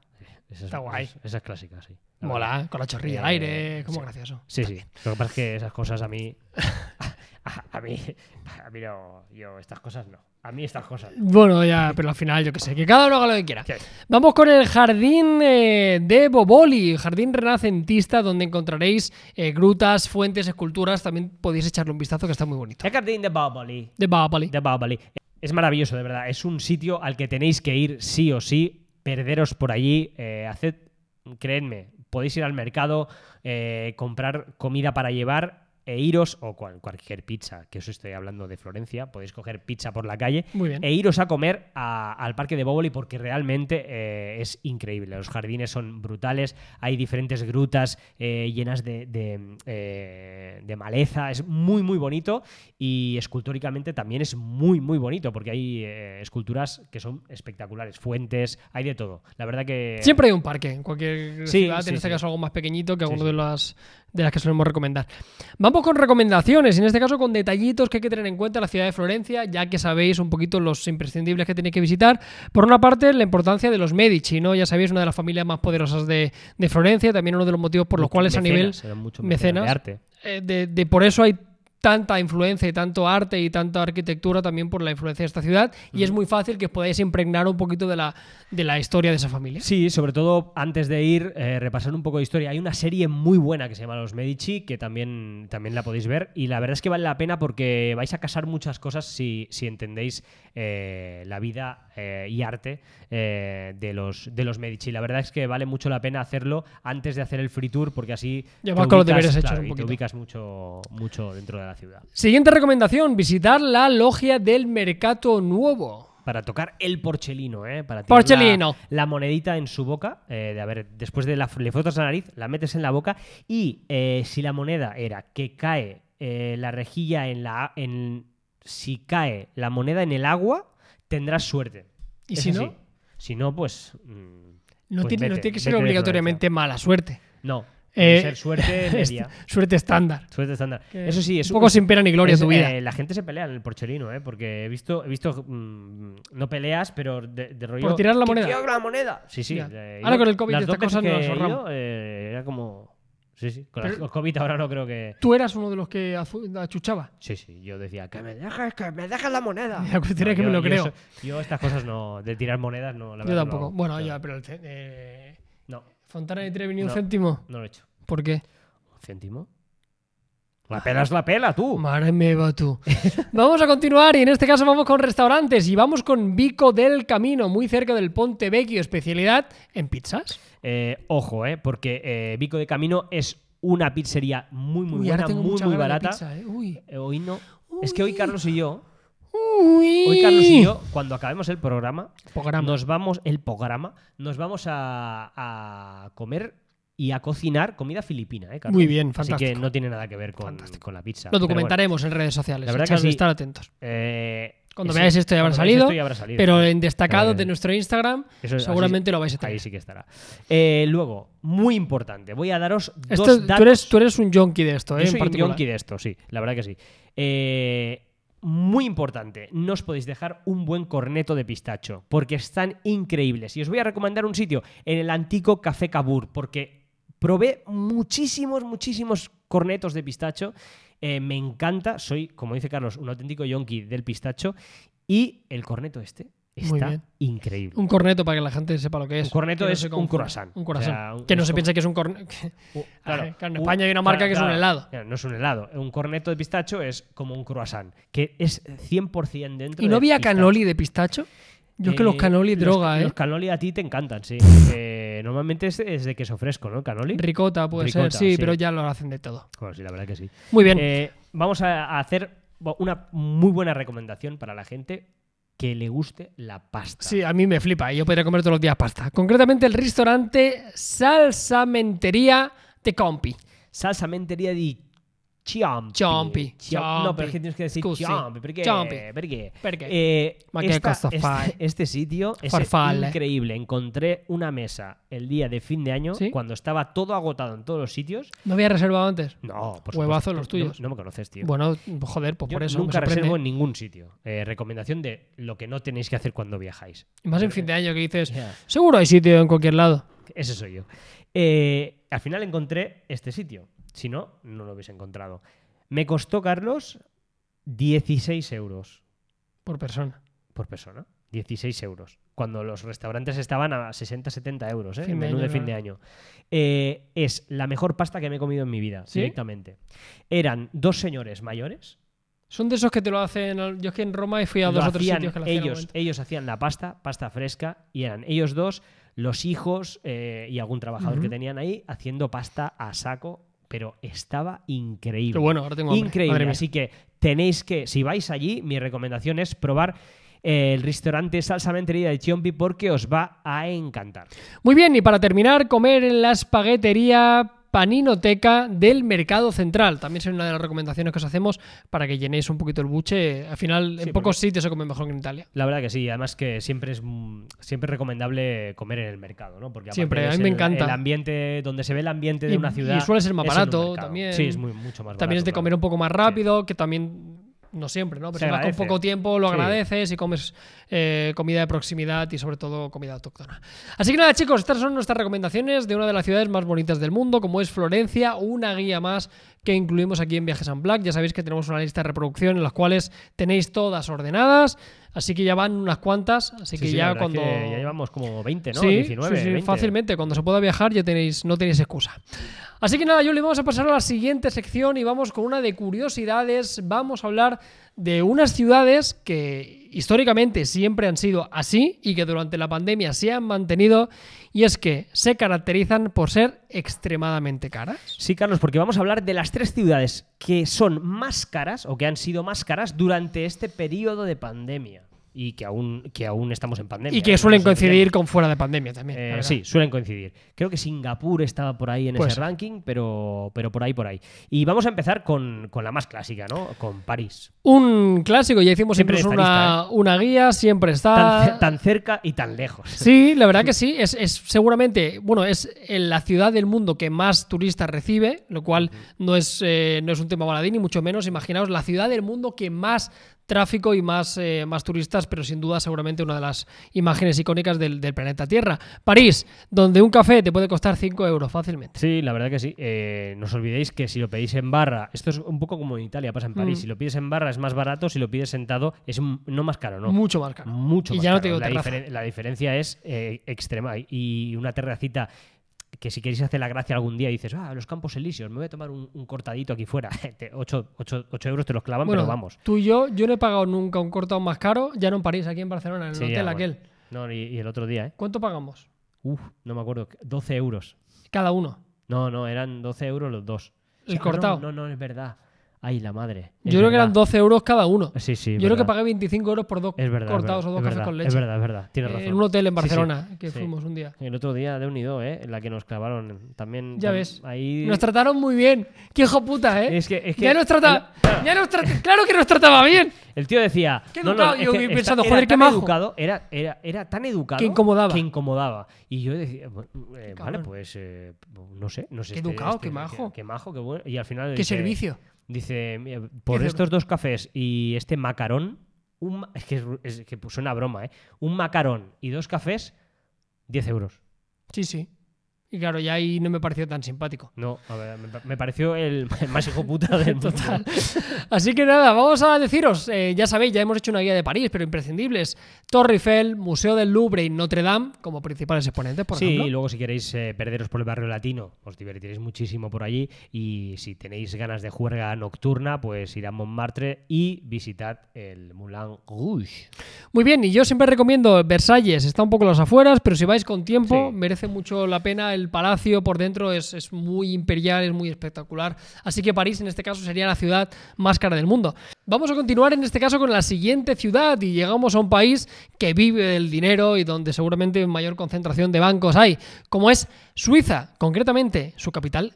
[SPEAKER 1] Esas-
[SPEAKER 2] está guay.
[SPEAKER 1] esas- Esas clásicas, sí. La verdad.
[SPEAKER 2] Mola, ¿eh? con la chorrilla al
[SPEAKER 1] Eh,
[SPEAKER 2] aire, como
[SPEAKER 1] sí.
[SPEAKER 2] gracioso.
[SPEAKER 1] Sí, sí. Lo que pasa es que esas cosas a mí. A, a mí. A mí no. Yo, estas cosas no. A mí estas cosas no.
[SPEAKER 2] Bueno, ya, pero al final yo qué sé, que cada uno haga lo que quiera.
[SPEAKER 1] Sí.
[SPEAKER 2] Vamos con el jardín eh, de Boboli, jardín renacentista donde encontraréis eh, grutas, fuentes, esculturas, también podéis echarle un vistazo que está muy bonito.
[SPEAKER 1] El jardín de Boboli.
[SPEAKER 2] De Boboli.
[SPEAKER 1] de Boboli. Es maravilloso, de verdad. Es un sitio al que tenéis que ir sí o sí. Perderos por allí. eh, haced, creedme, podéis ir al mercado, eh, comprar comida para llevar e iros, o cual- cualquier pizza, que eso estoy hablando de Florencia, podéis coger pizza por la calle
[SPEAKER 2] Muy bien.
[SPEAKER 1] e iros a comer a- al parque de Boboli porque realmente eh, es increíble. Los jardines son brutales, hay diferentes grutas eh, llenas de, de, eh, de maleza, es muy, muy bonito y escultóricamente también es muy, muy bonito porque hay eh, esculturas que son espectaculares, fuentes, hay de todo. La verdad que...
[SPEAKER 2] Siempre hay un parque, en cualquier
[SPEAKER 1] Sí,
[SPEAKER 2] ciudad,
[SPEAKER 1] sí,
[SPEAKER 2] en este
[SPEAKER 1] sí.
[SPEAKER 2] caso algo más pequeñito que
[SPEAKER 1] Sí,
[SPEAKER 2] alguno
[SPEAKER 1] sí.
[SPEAKER 2] de las de las que solemos recomendar. Vamos con recomendaciones, y en este caso con detallitos que hay que tener en cuenta en la ciudad de Florencia, ya que sabéis un poquito los imprescindibles que tenéis que visitar. Por una parte, la importancia de los Medici, ¿no? Ya sabéis, una de las familias más poderosas de, de Florencia, también uno de los motivos por los cuales a nivel
[SPEAKER 1] Mecenas, eran muchos
[SPEAKER 2] mecenas.
[SPEAKER 1] de arte.
[SPEAKER 2] eh, de, de por eso hay tanta influencia y tanto arte y tanta arquitectura también por la influencia de esta ciudad y es muy fácil que os podáis impregnar un poquito de la, de la historia de esa familia.
[SPEAKER 1] Sí, sobre todo antes de ir, eh, repasar un poco de historia. Hay una serie muy buena que se llama Los Medici, que también, también la podéis ver. Y la verdad es que vale la pena porque vais a casar muchas cosas si, si entendéis eh, la vida eh, y arte eh, de, los, de los Medici. La verdad es que vale mucho la pena hacerlo antes de hacer el free tour porque así
[SPEAKER 2] Ya
[SPEAKER 1] te
[SPEAKER 2] vas con los
[SPEAKER 1] ubicas,
[SPEAKER 2] deberes hechos
[SPEAKER 1] claro,
[SPEAKER 2] un
[SPEAKER 1] y te
[SPEAKER 2] poquito.
[SPEAKER 1] ubicas mucho, mucho dentro de la ciudad.
[SPEAKER 2] Siguiente recomendación, visitar la logia del Mercato Nuevo.
[SPEAKER 1] Para tocar el porchelino, ¿eh? Para tirar
[SPEAKER 2] Porchelino.
[SPEAKER 1] La, la monedita en su boca. eh, de, a ver, después de la, le frotas la nariz, la metes en la boca. Y eh, si la moneda era que cae eh, la rejilla en la. En, si cae la moneda en el agua, tendrás suerte.
[SPEAKER 2] ¿Y
[SPEAKER 1] Es
[SPEAKER 2] si no?
[SPEAKER 1] así. Si no, pues. mm,
[SPEAKER 2] No,
[SPEAKER 1] pues
[SPEAKER 2] tiene, no
[SPEAKER 1] vete,
[SPEAKER 2] tiene que
[SPEAKER 1] vete
[SPEAKER 2] ser
[SPEAKER 1] de
[SPEAKER 2] obligatoriamente mala suerte.
[SPEAKER 1] Florencia. No.
[SPEAKER 2] Eh, este,
[SPEAKER 1] puede ser suerte media.
[SPEAKER 2] Suerte estándar.
[SPEAKER 1] Suerte estándar.
[SPEAKER 2] Que
[SPEAKER 1] Eso sí, es
[SPEAKER 2] un poco
[SPEAKER 1] un-
[SPEAKER 2] sin pena ni gloria
[SPEAKER 1] es,
[SPEAKER 2] tu vida.
[SPEAKER 1] eh, la gente se pelea en el porchelino, ¿eh? Porque he visto, he visto mm, no peleas, pero de, de rollo.
[SPEAKER 2] Por tirar la
[SPEAKER 1] "Que
[SPEAKER 2] moneda".
[SPEAKER 1] quiero la moneda. Sí, sí.
[SPEAKER 2] Ya.
[SPEAKER 1] eh,
[SPEAKER 2] Ahora
[SPEAKER 1] yo-
[SPEAKER 2] con el COVID
[SPEAKER 1] las
[SPEAKER 2] y
[SPEAKER 1] dos
[SPEAKER 2] estas
[SPEAKER 1] veces
[SPEAKER 2] cosas no
[SPEAKER 1] que
[SPEAKER 2] las
[SPEAKER 1] he
[SPEAKER 2] ahorramos.
[SPEAKER 1] ido, eh, era como. Sí, sí. Con
[SPEAKER 2] Pero-
[SPEAKER 1] el COVID ahora no creo que.
[SPEAKER 2] Tú eras uno de los que azu- achuchaba.
[SPEAKER 1] Sí, sí. Yo decía, que me dejes, que me dejes la moneda.
[SPEAKER 2] La cuestión es que me lo
[SPEAKER 1] yo
[SPEAKER 2] creo.
[SPEAKER 1] so- Yo, estas cosas no. De tirar monedas no. La verdad,
[SPEAKER 2] Yo
[SPEAKER 1] no lo
[SPEAKER 2] tampoco.
[SPEAKER 1] hago.
[SPEAKER 2] Bueno,
[SPEAKER 1] No,
[SPEAKER 2] ya, pero el ce- eh,
[SPEAKER 1] No,
[SPEAKER 2] Fontana de Trevi ni un
[SPEAKER 1] No.
[SPEAKER 2] céntimo.
[SPEAKER 1] no lo he hecho.
[SPEAKER 2] ¿Por qué?
[SPEAKER 1] ¿Un céntimo? La pela es la pela, tú.
[SPEAKER 2] Madre me va tú. vamos a continuar y en este caso vamos con restaurantes y vamos con Vico del Camino, muy cerca del Ponte Vecchio, especialidad en pizzas.
[SPEAKER 1] Eh, ojo, eh, porque eh, Vico de Camino es una pizzería muy, muy
[SPEAKER 2] Uy, ahora
[SPEAKER 1] buena,
[SPEAKER 2] tengo
[SPEAKER 1] muy,
[SPEAKER 2] mucha
[SPEAKER 1] muy
[SPEAKER 2] gana de
[SPEAKER 1] barata.
[SPEAKER 2] pizza, ¿eh? Uy.
[SPEAKER 1] Eh, hoy no. Es que hoy
[SPEAKER 2] Uy.
[SPEAKER 1] Carlos y yo,
[SPEAKER 2] Uy.
[SPEAKER 1] hoy Carlos y yo, cuando acabemos el programa,
[SPEAKER 2] Programa.
[SPEAKER 1] nos vamos, el programa, nos vamos a, a comer y a cocinar comida filipina, eh, Carlos.
[SPEAKER 2] Muy bien,
[SPEAKER 1] Así
[SPEAKER 2] fantástico.
[SPEAKER 1] que no tiene nada que ver con,
[SPEAKER 2] Fantástico.
[SPEAKER 1] con la pizza.
[SPEAKER 2] Lo
[SPEAKER 1] Pero bueno,
[SPEAKER 2] documentaremos en redes sociales.
[SPEAKER 1] La verdad que
[SPEAKER 2] echad-
[SPEAKER 1] sí.
[SPEAKER 2] Estar atentos.
[SPEAKER 1] eh,
[SPEAKER 2] Cuando
[SPEAKER 1] ese-
[SPEAKER 2] veáis esto ya habrá
[SPEAKER 1] cuando veáis
[SPEAKER 2] salido,
[SPEAKER 1] esto ya habrá salido.
[SPEAKER 2] Pero en destacado
[SPEAKER 1] Eh,
[SPEAKER 2] de nuestro Instagram,
[SPEAKER 1] Eso es-
[SPEAKER 2] seguramente
[SPEAKER 1] así-
[SPEAKER 2] lo vais a tener.
[SPEAKER 1] Ahí sí que estará. Eh, luego, muy importante, voy a daros
[SPEAKER 2] Esto-
[SPEAKER 1] dos datos.
[SPEAKER 2] tú, eres, tú eres un yonki de esto, ¿eh?
[SPEAKER 1] Yo
[SPEAKER 2] en
[SPEAKER 1] soy un
[SPEAKER 2] particular.
[SPEAKER 1] yonki de esto, sí, la verdad que sí. Eh, muy importante, no os podéis dejar un buen corneto de pistacho, porque están increíbles. Y os voy a recomendar un sitio, en el antiguo Café Cabur, porque probé muchísimos, muchísimos cornetos de pistacho. Eh, me encanta, soy, como dice Carlos, un auténtico yonki del pistacho. Y el corneto este
[SPEAKER 2] Muy
[SPEAKER 1] está
[SPEAKER 2] bien.
[SPEAKER 1] increíble.
[SPEAKER 2] Un corneto para que la gente sepa lo que es.
[SPEAKER 1] Un corneto
[SPEAKER 2] Que no
[SPEAKER 1] es
[SPEAKER 2] se
[SPEAKER 1] un
[SPEAKER 2] confunda.
[SPEAKER 1] croissant.
[SPEAKER 2] Un croissant.
[SPEAKER 1] O sea, un-
[SPEAKER 2] que no
[SPEAKER 1] es
[SPEAKER 2] se
[SPEAKER 1] como-
[SPEAKER 2] piense que es un corneto.
[SPEAKER 1] Uh,
[SPEAKER 2] Ah, claro, en
[SPEAKER 1] uh,
[SPEAKER 2] España hay una marca que es un helado.
[SPEAKER 1] claro, no es un helado. Un corneto de pistacho es como un croissant, que es 100% dentro
[SPEAKER 2] ¿Y no
[SPEAKER 1] de
[SPEAKER 2] había
[SPEAKER 1] pistacho.
[SPEAKER 2] canoli de pistacho? Yo es que los
[SPEAKER 1] Eh,
[SPEAKER 2] canoli
[SPEAKER 1] los-
[SPEAKER 2] droga,
[SPEAKER 1] Los
[SPEAKER 2] ¿eh?
[SPEAKER 1] canoli a ti te encantan, sí. Eh, normalmente es, es de queso fresco, ¿no? Canoli.
[SPEAKER 2] Ricota puede ser,
[SPEAKER 1] Ricota,
[SPEAKER 2] sí,
[SPEAKER 1] sí.
[SPEAKER 2] pero ya lo hacen de todo.
[SPEAKER 1] Bueno, sí, la verdad que sí.
[SPEAKER 2] Muy bien.
[SPEAKER 1] Eh, vamos a a hacer bo- una muy buena recomendación para la gente que le guste la pasta.
[SPEAKER 2] Sí, a mí me flipa. y Yo podría comer todos los días pasta. Concretamente el restaurante Salsamentería de Compi.
[SPEAKER 1] Salsa mentería di Chiampi.
[SPEAKER 2] Chiampi,
[SPEAKER 1] Chia- No, pero es
[SPEAKER 2] chiampi.
[SPEAKER 1] que tienes que decir
[SPEAKER 2] Scusi.
[SPEAKER 1] Chiampi. Perché?
[SPEAKER 2] Chiampi.
[SPEAKER 1] Perché?
[SPEAKER 2] Perché?
[SPEAKER 1] Eh,
[SPEAKER 2] Ma che
[SPEAKER 1] esta-
[SPEAKER 2] cosa fai?
[SPEAKER 1] este, este sitio es
[SPEAKER 2] Farfalle.
[SPEAKER 1] increíble. Encontré una mesa el día de fin de año
[SPEAKER 2] ¿Sí?
[SPEAKER 1] cuando estaba todo agotado en todos los sitios.
[SPEAKER 2] ¿No había reservado antes?
[SPEAKER 1] No, por
[SPEAKER 2] Huevazo
[SPEAKER 1] supuesto.
[SPEAKER 2] los
[SPEAKER 1] No-
[SPEAKER 2] tuyos.
[SPEAKER 1] No, me conoces, tío.
[SPEAKER 2] Bueno, joder, pues
[SPEAKER 1] Yo
[SPEAKER 2] por eso
[SPEAKER 1] nunca
[SPEAKER 2] me sorprende.
[SPEAKER 1] reservo en ningún sitio. Eh, recomendación de lo que no tenéis que hacer cuando viajáis.
[SPEAKER 2] Y Más en fin de año que dices,
[SPEAKER 1] Ya.
[SPEAKER 2] seguro hay sitio en cualquier lado.
[SPEAKER 1] Ese soy yo. Eh, al final encontré este sitio. Si no, no lo hubiese encontrado. Me costó, Carlos, 16 euros
[SPEAKER 2] Por persona.
[SPEAKER 1] por persona. 16 euros. Cuando los restaurantes estaban a 60-70 euros, ¿eh?
[SPEAKER 2] Fin de
[SPEAKER 1] menú de
[SPEAKER 2] año,
[SPEAKER 1] fin
[SPEAKER 2] claro.
[SPEAKER 1] de año. Eh, es la mejor pasta que me he comido en mi vida,
[SPEAKER 2] ¿Sí?
[SPEAKER 1] directamente. Eran dos señores mayores.
[SPEAKER 2] Son de esos que te lo hacen. al- Yo es que en Roma fui a
[SPEAKER 1] lo
[SPEAKER 2] dos o tres
[SPEAKER 1] hacían
[SPEAKER 2] sitios que lo hacían. al
[SPEAKER 1] ellos,
[SPEAKER 2] momento.
[SPEAKER 1] ellos hacían la pasta, pasta fresca, y eran ellos dos, los hijos eh, y algún trabajador
[SPEAKER 2] Ujú.
[SPEAKER 1] que tenían ahí, haciendo pasta a saco, pero estaba increíble.
[SPEAKER 2] Pero bueno, ahora tengo hambre. Madre
[SPEAKER 1] Increíble.
[SPEAKER 2] mía.
[SPEAKER 1] Así que tenéis que, si vais allí, mi recomendación es probar eh, el restaurante Salsa Mentería de Chiompi porque os va a encantar.
[SPEAKER 2] Muy bien, y para terminar, comer en la espaguetería paninoteca del Mercado Central. También es una de las recomendaciones que os hacemos para que llenéis un poquito el buche. Al final,
[SPEAKER 1] Sí,
[SPEAKER 2] en pocos sitios se come mejor que en Italia.
[SPEAKER 1] La verdad que sí, además que siempre es mm, siempre es recomendable comer en el mercado, ¿no? Porque aparte
[SPEAKER 2] Siempre, a
[SPEAKER 1] es
[SPEAKER 2] mí me
[SPEAKER 1] el-
[SPEAKER 2] encanta.
[SPEAKER 1] El ambiente, donde se ve el ambiente de
[SPEAKER 2] Y-
[SPEAKER 1] una ciudad.
[SPEAKER 2] y suele ser más
[SPEAKER 1] es en un
[SPEAKER 2] barato
[SPEAKER 1] mercado.
[SPEAKER 2] también.
[SPEAKER 1] Sí, es muy, mucho más barato.
[SPEAKER 2] También es de
[SPEAKER 1] claro.
[SPEAKER 2] comer un poco más rápido, que también no siempre, ¿no? Pero
[SPEAKER 1] Se
[SPEAKER 2] si vas con
[SPEAKER 1] agradece.
[SPEAKER 2] poco tiempo lo
[SPEAKER 1] Sí.
[SPEAKER 2] agradeces y comes eh, comida de proximidad y sobre todo comida autóctona. Así que nada, chicos, estas son nuestras recomendaciones de una de las ciudades más bonitas del mundo, como es Florencia, una guía más que incluimos aquí en Viajes en Black. Ya sabéis que tenemos una lista de reproducción en las cuales tenéis todas ordenadas, así que ya van unas cuantas, así
[SPEAKER 1] Sí,
[SPEAKER 2] que
[SPEAKER 1] sí, la
[SPEAKER 2] ya
[SPEAKER 1] verdad es
[SPEAKER 2] cuando
[SPEAKER 1] que ya llevamos como 20, ¿no?
[SPEAKER 2] sí,
[SPEAKER 1] 19,
[SPEAKER 2] sí, sí,
[SPEAKER 1] 20.
[SPEAKER 2] fácilmente. Cuando se pueda viajar ya tenéis, no tenéis excusa. Así que nada, Juli, vamos a pasar a la siguiente sección y vamos con una de curiosidades. Vamos a hablar de unas ciudades que históricamente siempre han sido así y que durante la pandemia se han mantenido y es que se caracterizan por ser extremadamente caras.
[SPEAKER 1] Sí, Carlos, porque vamos a hablar de las tres ciudades que son más caras o que han sido más caras durante este periodo de pandemia y que aún, que aún estamos en pandemia.
[SPEAKER 2] Y que
[SPEAKER 1] ¿eh?
[SPEAKER 2] suelen
[SPEAKER 1] No nos
[SPEAKER 2] coincidir con fuera de pandemia también. la
[SPEAKER 1] Eh,
[SPEAKER 2] verdad. Pues.
[SPEAKER 1] sí, suelen coincidir. Creo que Singapur estaba por ahí en
[SPEAKER 2] Puede
[SPEAKER 1] ese
[SPEAKER 2] ser.
[SPEAKER 1] ranking, pero, pero por ahí, por ahí. Y vamos a empezar con, con la más clásica, ¿no? Con París.
[SPEAKER 2] Un clásico, ya hicimos
[SPEAKER 1] Siempre
[SPEAKER 2] incluso
[SPEAKER 1] está ¿eh?
[SPEAKER 2] una, una guía, siempre está.
[SPEAKER 1] Tan, ce- tan cerca y tan lejos.
[SPEAKER 2] Ah. Sí, la verdad que sí. Es, es seguramente, bueno, es en la ciudad del mundo que más turistas recibe, lo cual no es, eh, no es un tema baladí, ni mucho menos. Imaginaos, la ciudad del mundo que más tráfico y más, eh, más turistas, pero sin duda seguramente una de las imágenes icónicas del, del planeta Tierra. París, donde un café te puede costar 5 euros fácilmente.
[SPEAKER 1] Sí, la verdad que sí. Eh, no os olvidéis que si lo pedís en barra, esto es un poco como en Italia, pasa en París.
[SPEAKER 2] Mm.
[SPEAKER 1] Si lo pides en barra es más barato, si lo pides sentado es m- no más caro, ¿no?
[SPEAKER 2] Mucho más caro.
[SPEAKER 1] Mucho
[SPEAKER 2] Y
[SPEAKER 1] más
[SPEAKER 2] ya no
[SPEAKER 1] caro.
[SPEAKER 2] te digo
[SPEAKER 1] la,
[SPEAKER 2] terraza.
[SPEAKER 1] diferen- la diferencia es eh, extrema. Y una terracita que si queréis hacer la gracia algún día dices, ah, los Campos Elíseos, me voy a tomar un, un cortadito aquí fuera. 8 euros te los clavan,
[SPEAKER 2] Bueno,
[SPEAKER 1] pero vamos.
[SPEAKER 2] tú y yo, yo no he pagado nunca un cortado más caro, ya no en París, aquí en Barcelona, en el
[SPEAKER 1] Sí,
[SPEAKER 2] hotel
[SPEAKER 1] ya, bueno.
[SPEAKER 2] aquel.
[SPEAKER 1] No, y, y el otro día, ¿eh?
[SPEAKER 2] ¿Cuánto pagamos?
[SPEAKER 1] Uf, no me acuerdo. 12 euros.
[SPEAKER 2] Cada uno.
[SPEAKER 1] No, no, eran 12 euros los dos.
[SPEAKER 2] El
[SPEAKER 1] ah,
[SPEAKER 2] cortado.
[SPEAKER 1] No, no, no, es verdad. Ay, la madre. Es
[SPEAKER 2] Yo creo que
[SPEAKER 1] verdad.
[SPEAKER 2] eran 12 euros cada uno.
[SPEAKER 1] Sí, sí.
[SPEAKER 2] Yo creo que
[SPEAKER 1] verdad.
[SPEAKER 2] pagué 25 euros por dos
[SPEAKER 1] Es verdad. es
[SPEAKER 2] cortados
[SPEAKER 1] verdad,
[SPEAKER 2] o dos
[SPEAKER 1] es
[SPEAKER 2] cafés
[SPEAKER 1] verdad,
[SPEAKER 2] con leche.
[SPEAKER 1] Es verdad, es verdad. Tienes
[SPEAKER 2] Eh,
[SPEAKER 1] razón.
[SPEAKER 2] En un hotel
[SPEAKER 1] Sí,
[SPEAKER 2] en
[SPEAKER 1] sí.
[SPEAKER 2] Barcelona, que
[SPEAKER 1] sí.
[SPEAKER 2] fuimos un día.
[SPEAKER 1] El otro día de un ido, ¿eh? En la que nos clavaron también.
[SPEAKER 2] Ya
[SPEAKER 1] tam-
[SPEAKER 2] ves.
[SPEAKER 1] Ahí...
[SPEAKER 2] Nos trataron muy bien. ¡Qué hijo puta, eh!
[SPEAKER 1] Es que- es que-
[SPEAKER 2] ya nos trataba. ya nos trata- ¡Claro que nos trataba bien!
[SPEAKER 1] El tío decía.
[SPEAKER 2] Qué
[SPEAKER 1] no,
[SPEAKER 2] educado",
[SPEAKER 1] no, es
[SPEAKER 2] yo
[SPEAKER 1] que
[SPEAKER 2] vi
[SPEAKER 1] está-
[SPEAKER 2] pensando,
[SPEAKER 1] era
[SPEAKER 2] "Joder, qué
[SPEAKER 1] tan
[SPEAKER 2] majo".
[SPEAKER 1] educado, era, era, era tan educado.
[SPEAKER 2] Que incomodaba.
[SPEAKER 1] Que incomodaba. Y yo decía, bueno, eh, vale,
[SPEAKER 2] cabrón.
[SPEAKER 1] pues eh, no sé. No sé este,
[SPEAKER 2] Qué educado, qué majo.
[SPEAKER 1] Qué, majo, qué bueno. Y al final.
[SPEAKER 2] ¡Qué
[SPEAKER 1] dice-
[SPEAKER 2] servicio!
[SPEAKER 1] Dice, "Mira, por
[SPEAKER 2] cerdo.
[SPEAKER 1] estos dos cafés y este macarón, un ma- es, que es, ru- es que suena a broma, ¿eh? Un macarón y dos cafés, 10 euros.
[SPEAKER 2] Sí, sí. Y claro, ya ahí no me pareció tan simpático.
[SPEAKER 1] No, a ver, me, pa- me pareció el, el más hijo puta del mundo.
[SPEAKER 2] Así que nada, vamos a deciros, eh, ya sabéis, ya hemos hecho una guía de París, pero imprescindibles. Torre Eiffel, Museo del Louvre y Notre Dame como principales exponentes, por
[SPEAKER 1] sí, y
[SPEAKER 2] ejemplo.
[SPEAKER 1] luego si queréis eh, perderos por el barrio latino, os divertiréis muchísimo por allí. Y si tenéis ganas de juerga nocturna, pues ir a Montmartre y visitad el Moulin Rouge.
[SPEAKER 2] Muy bien, y yo siempre recomiendo Versalles, está un poco a las afueras, pero si vais con tiempo,
[SPEAKER 1] Sí.
[SPEAKER 2] merece mucho la pena. El palacio por dentro es, es muy imperial, es muy espectacular. Así que París, en este caso, sería la ciudad más cara del mundo. Vamos a continuar, en este caso, con la siguiente ciudad y llegamos a un país que vive del dinero y donde seguramente mayor concentración de bancos hay, como es Suiza, concretamente su capital.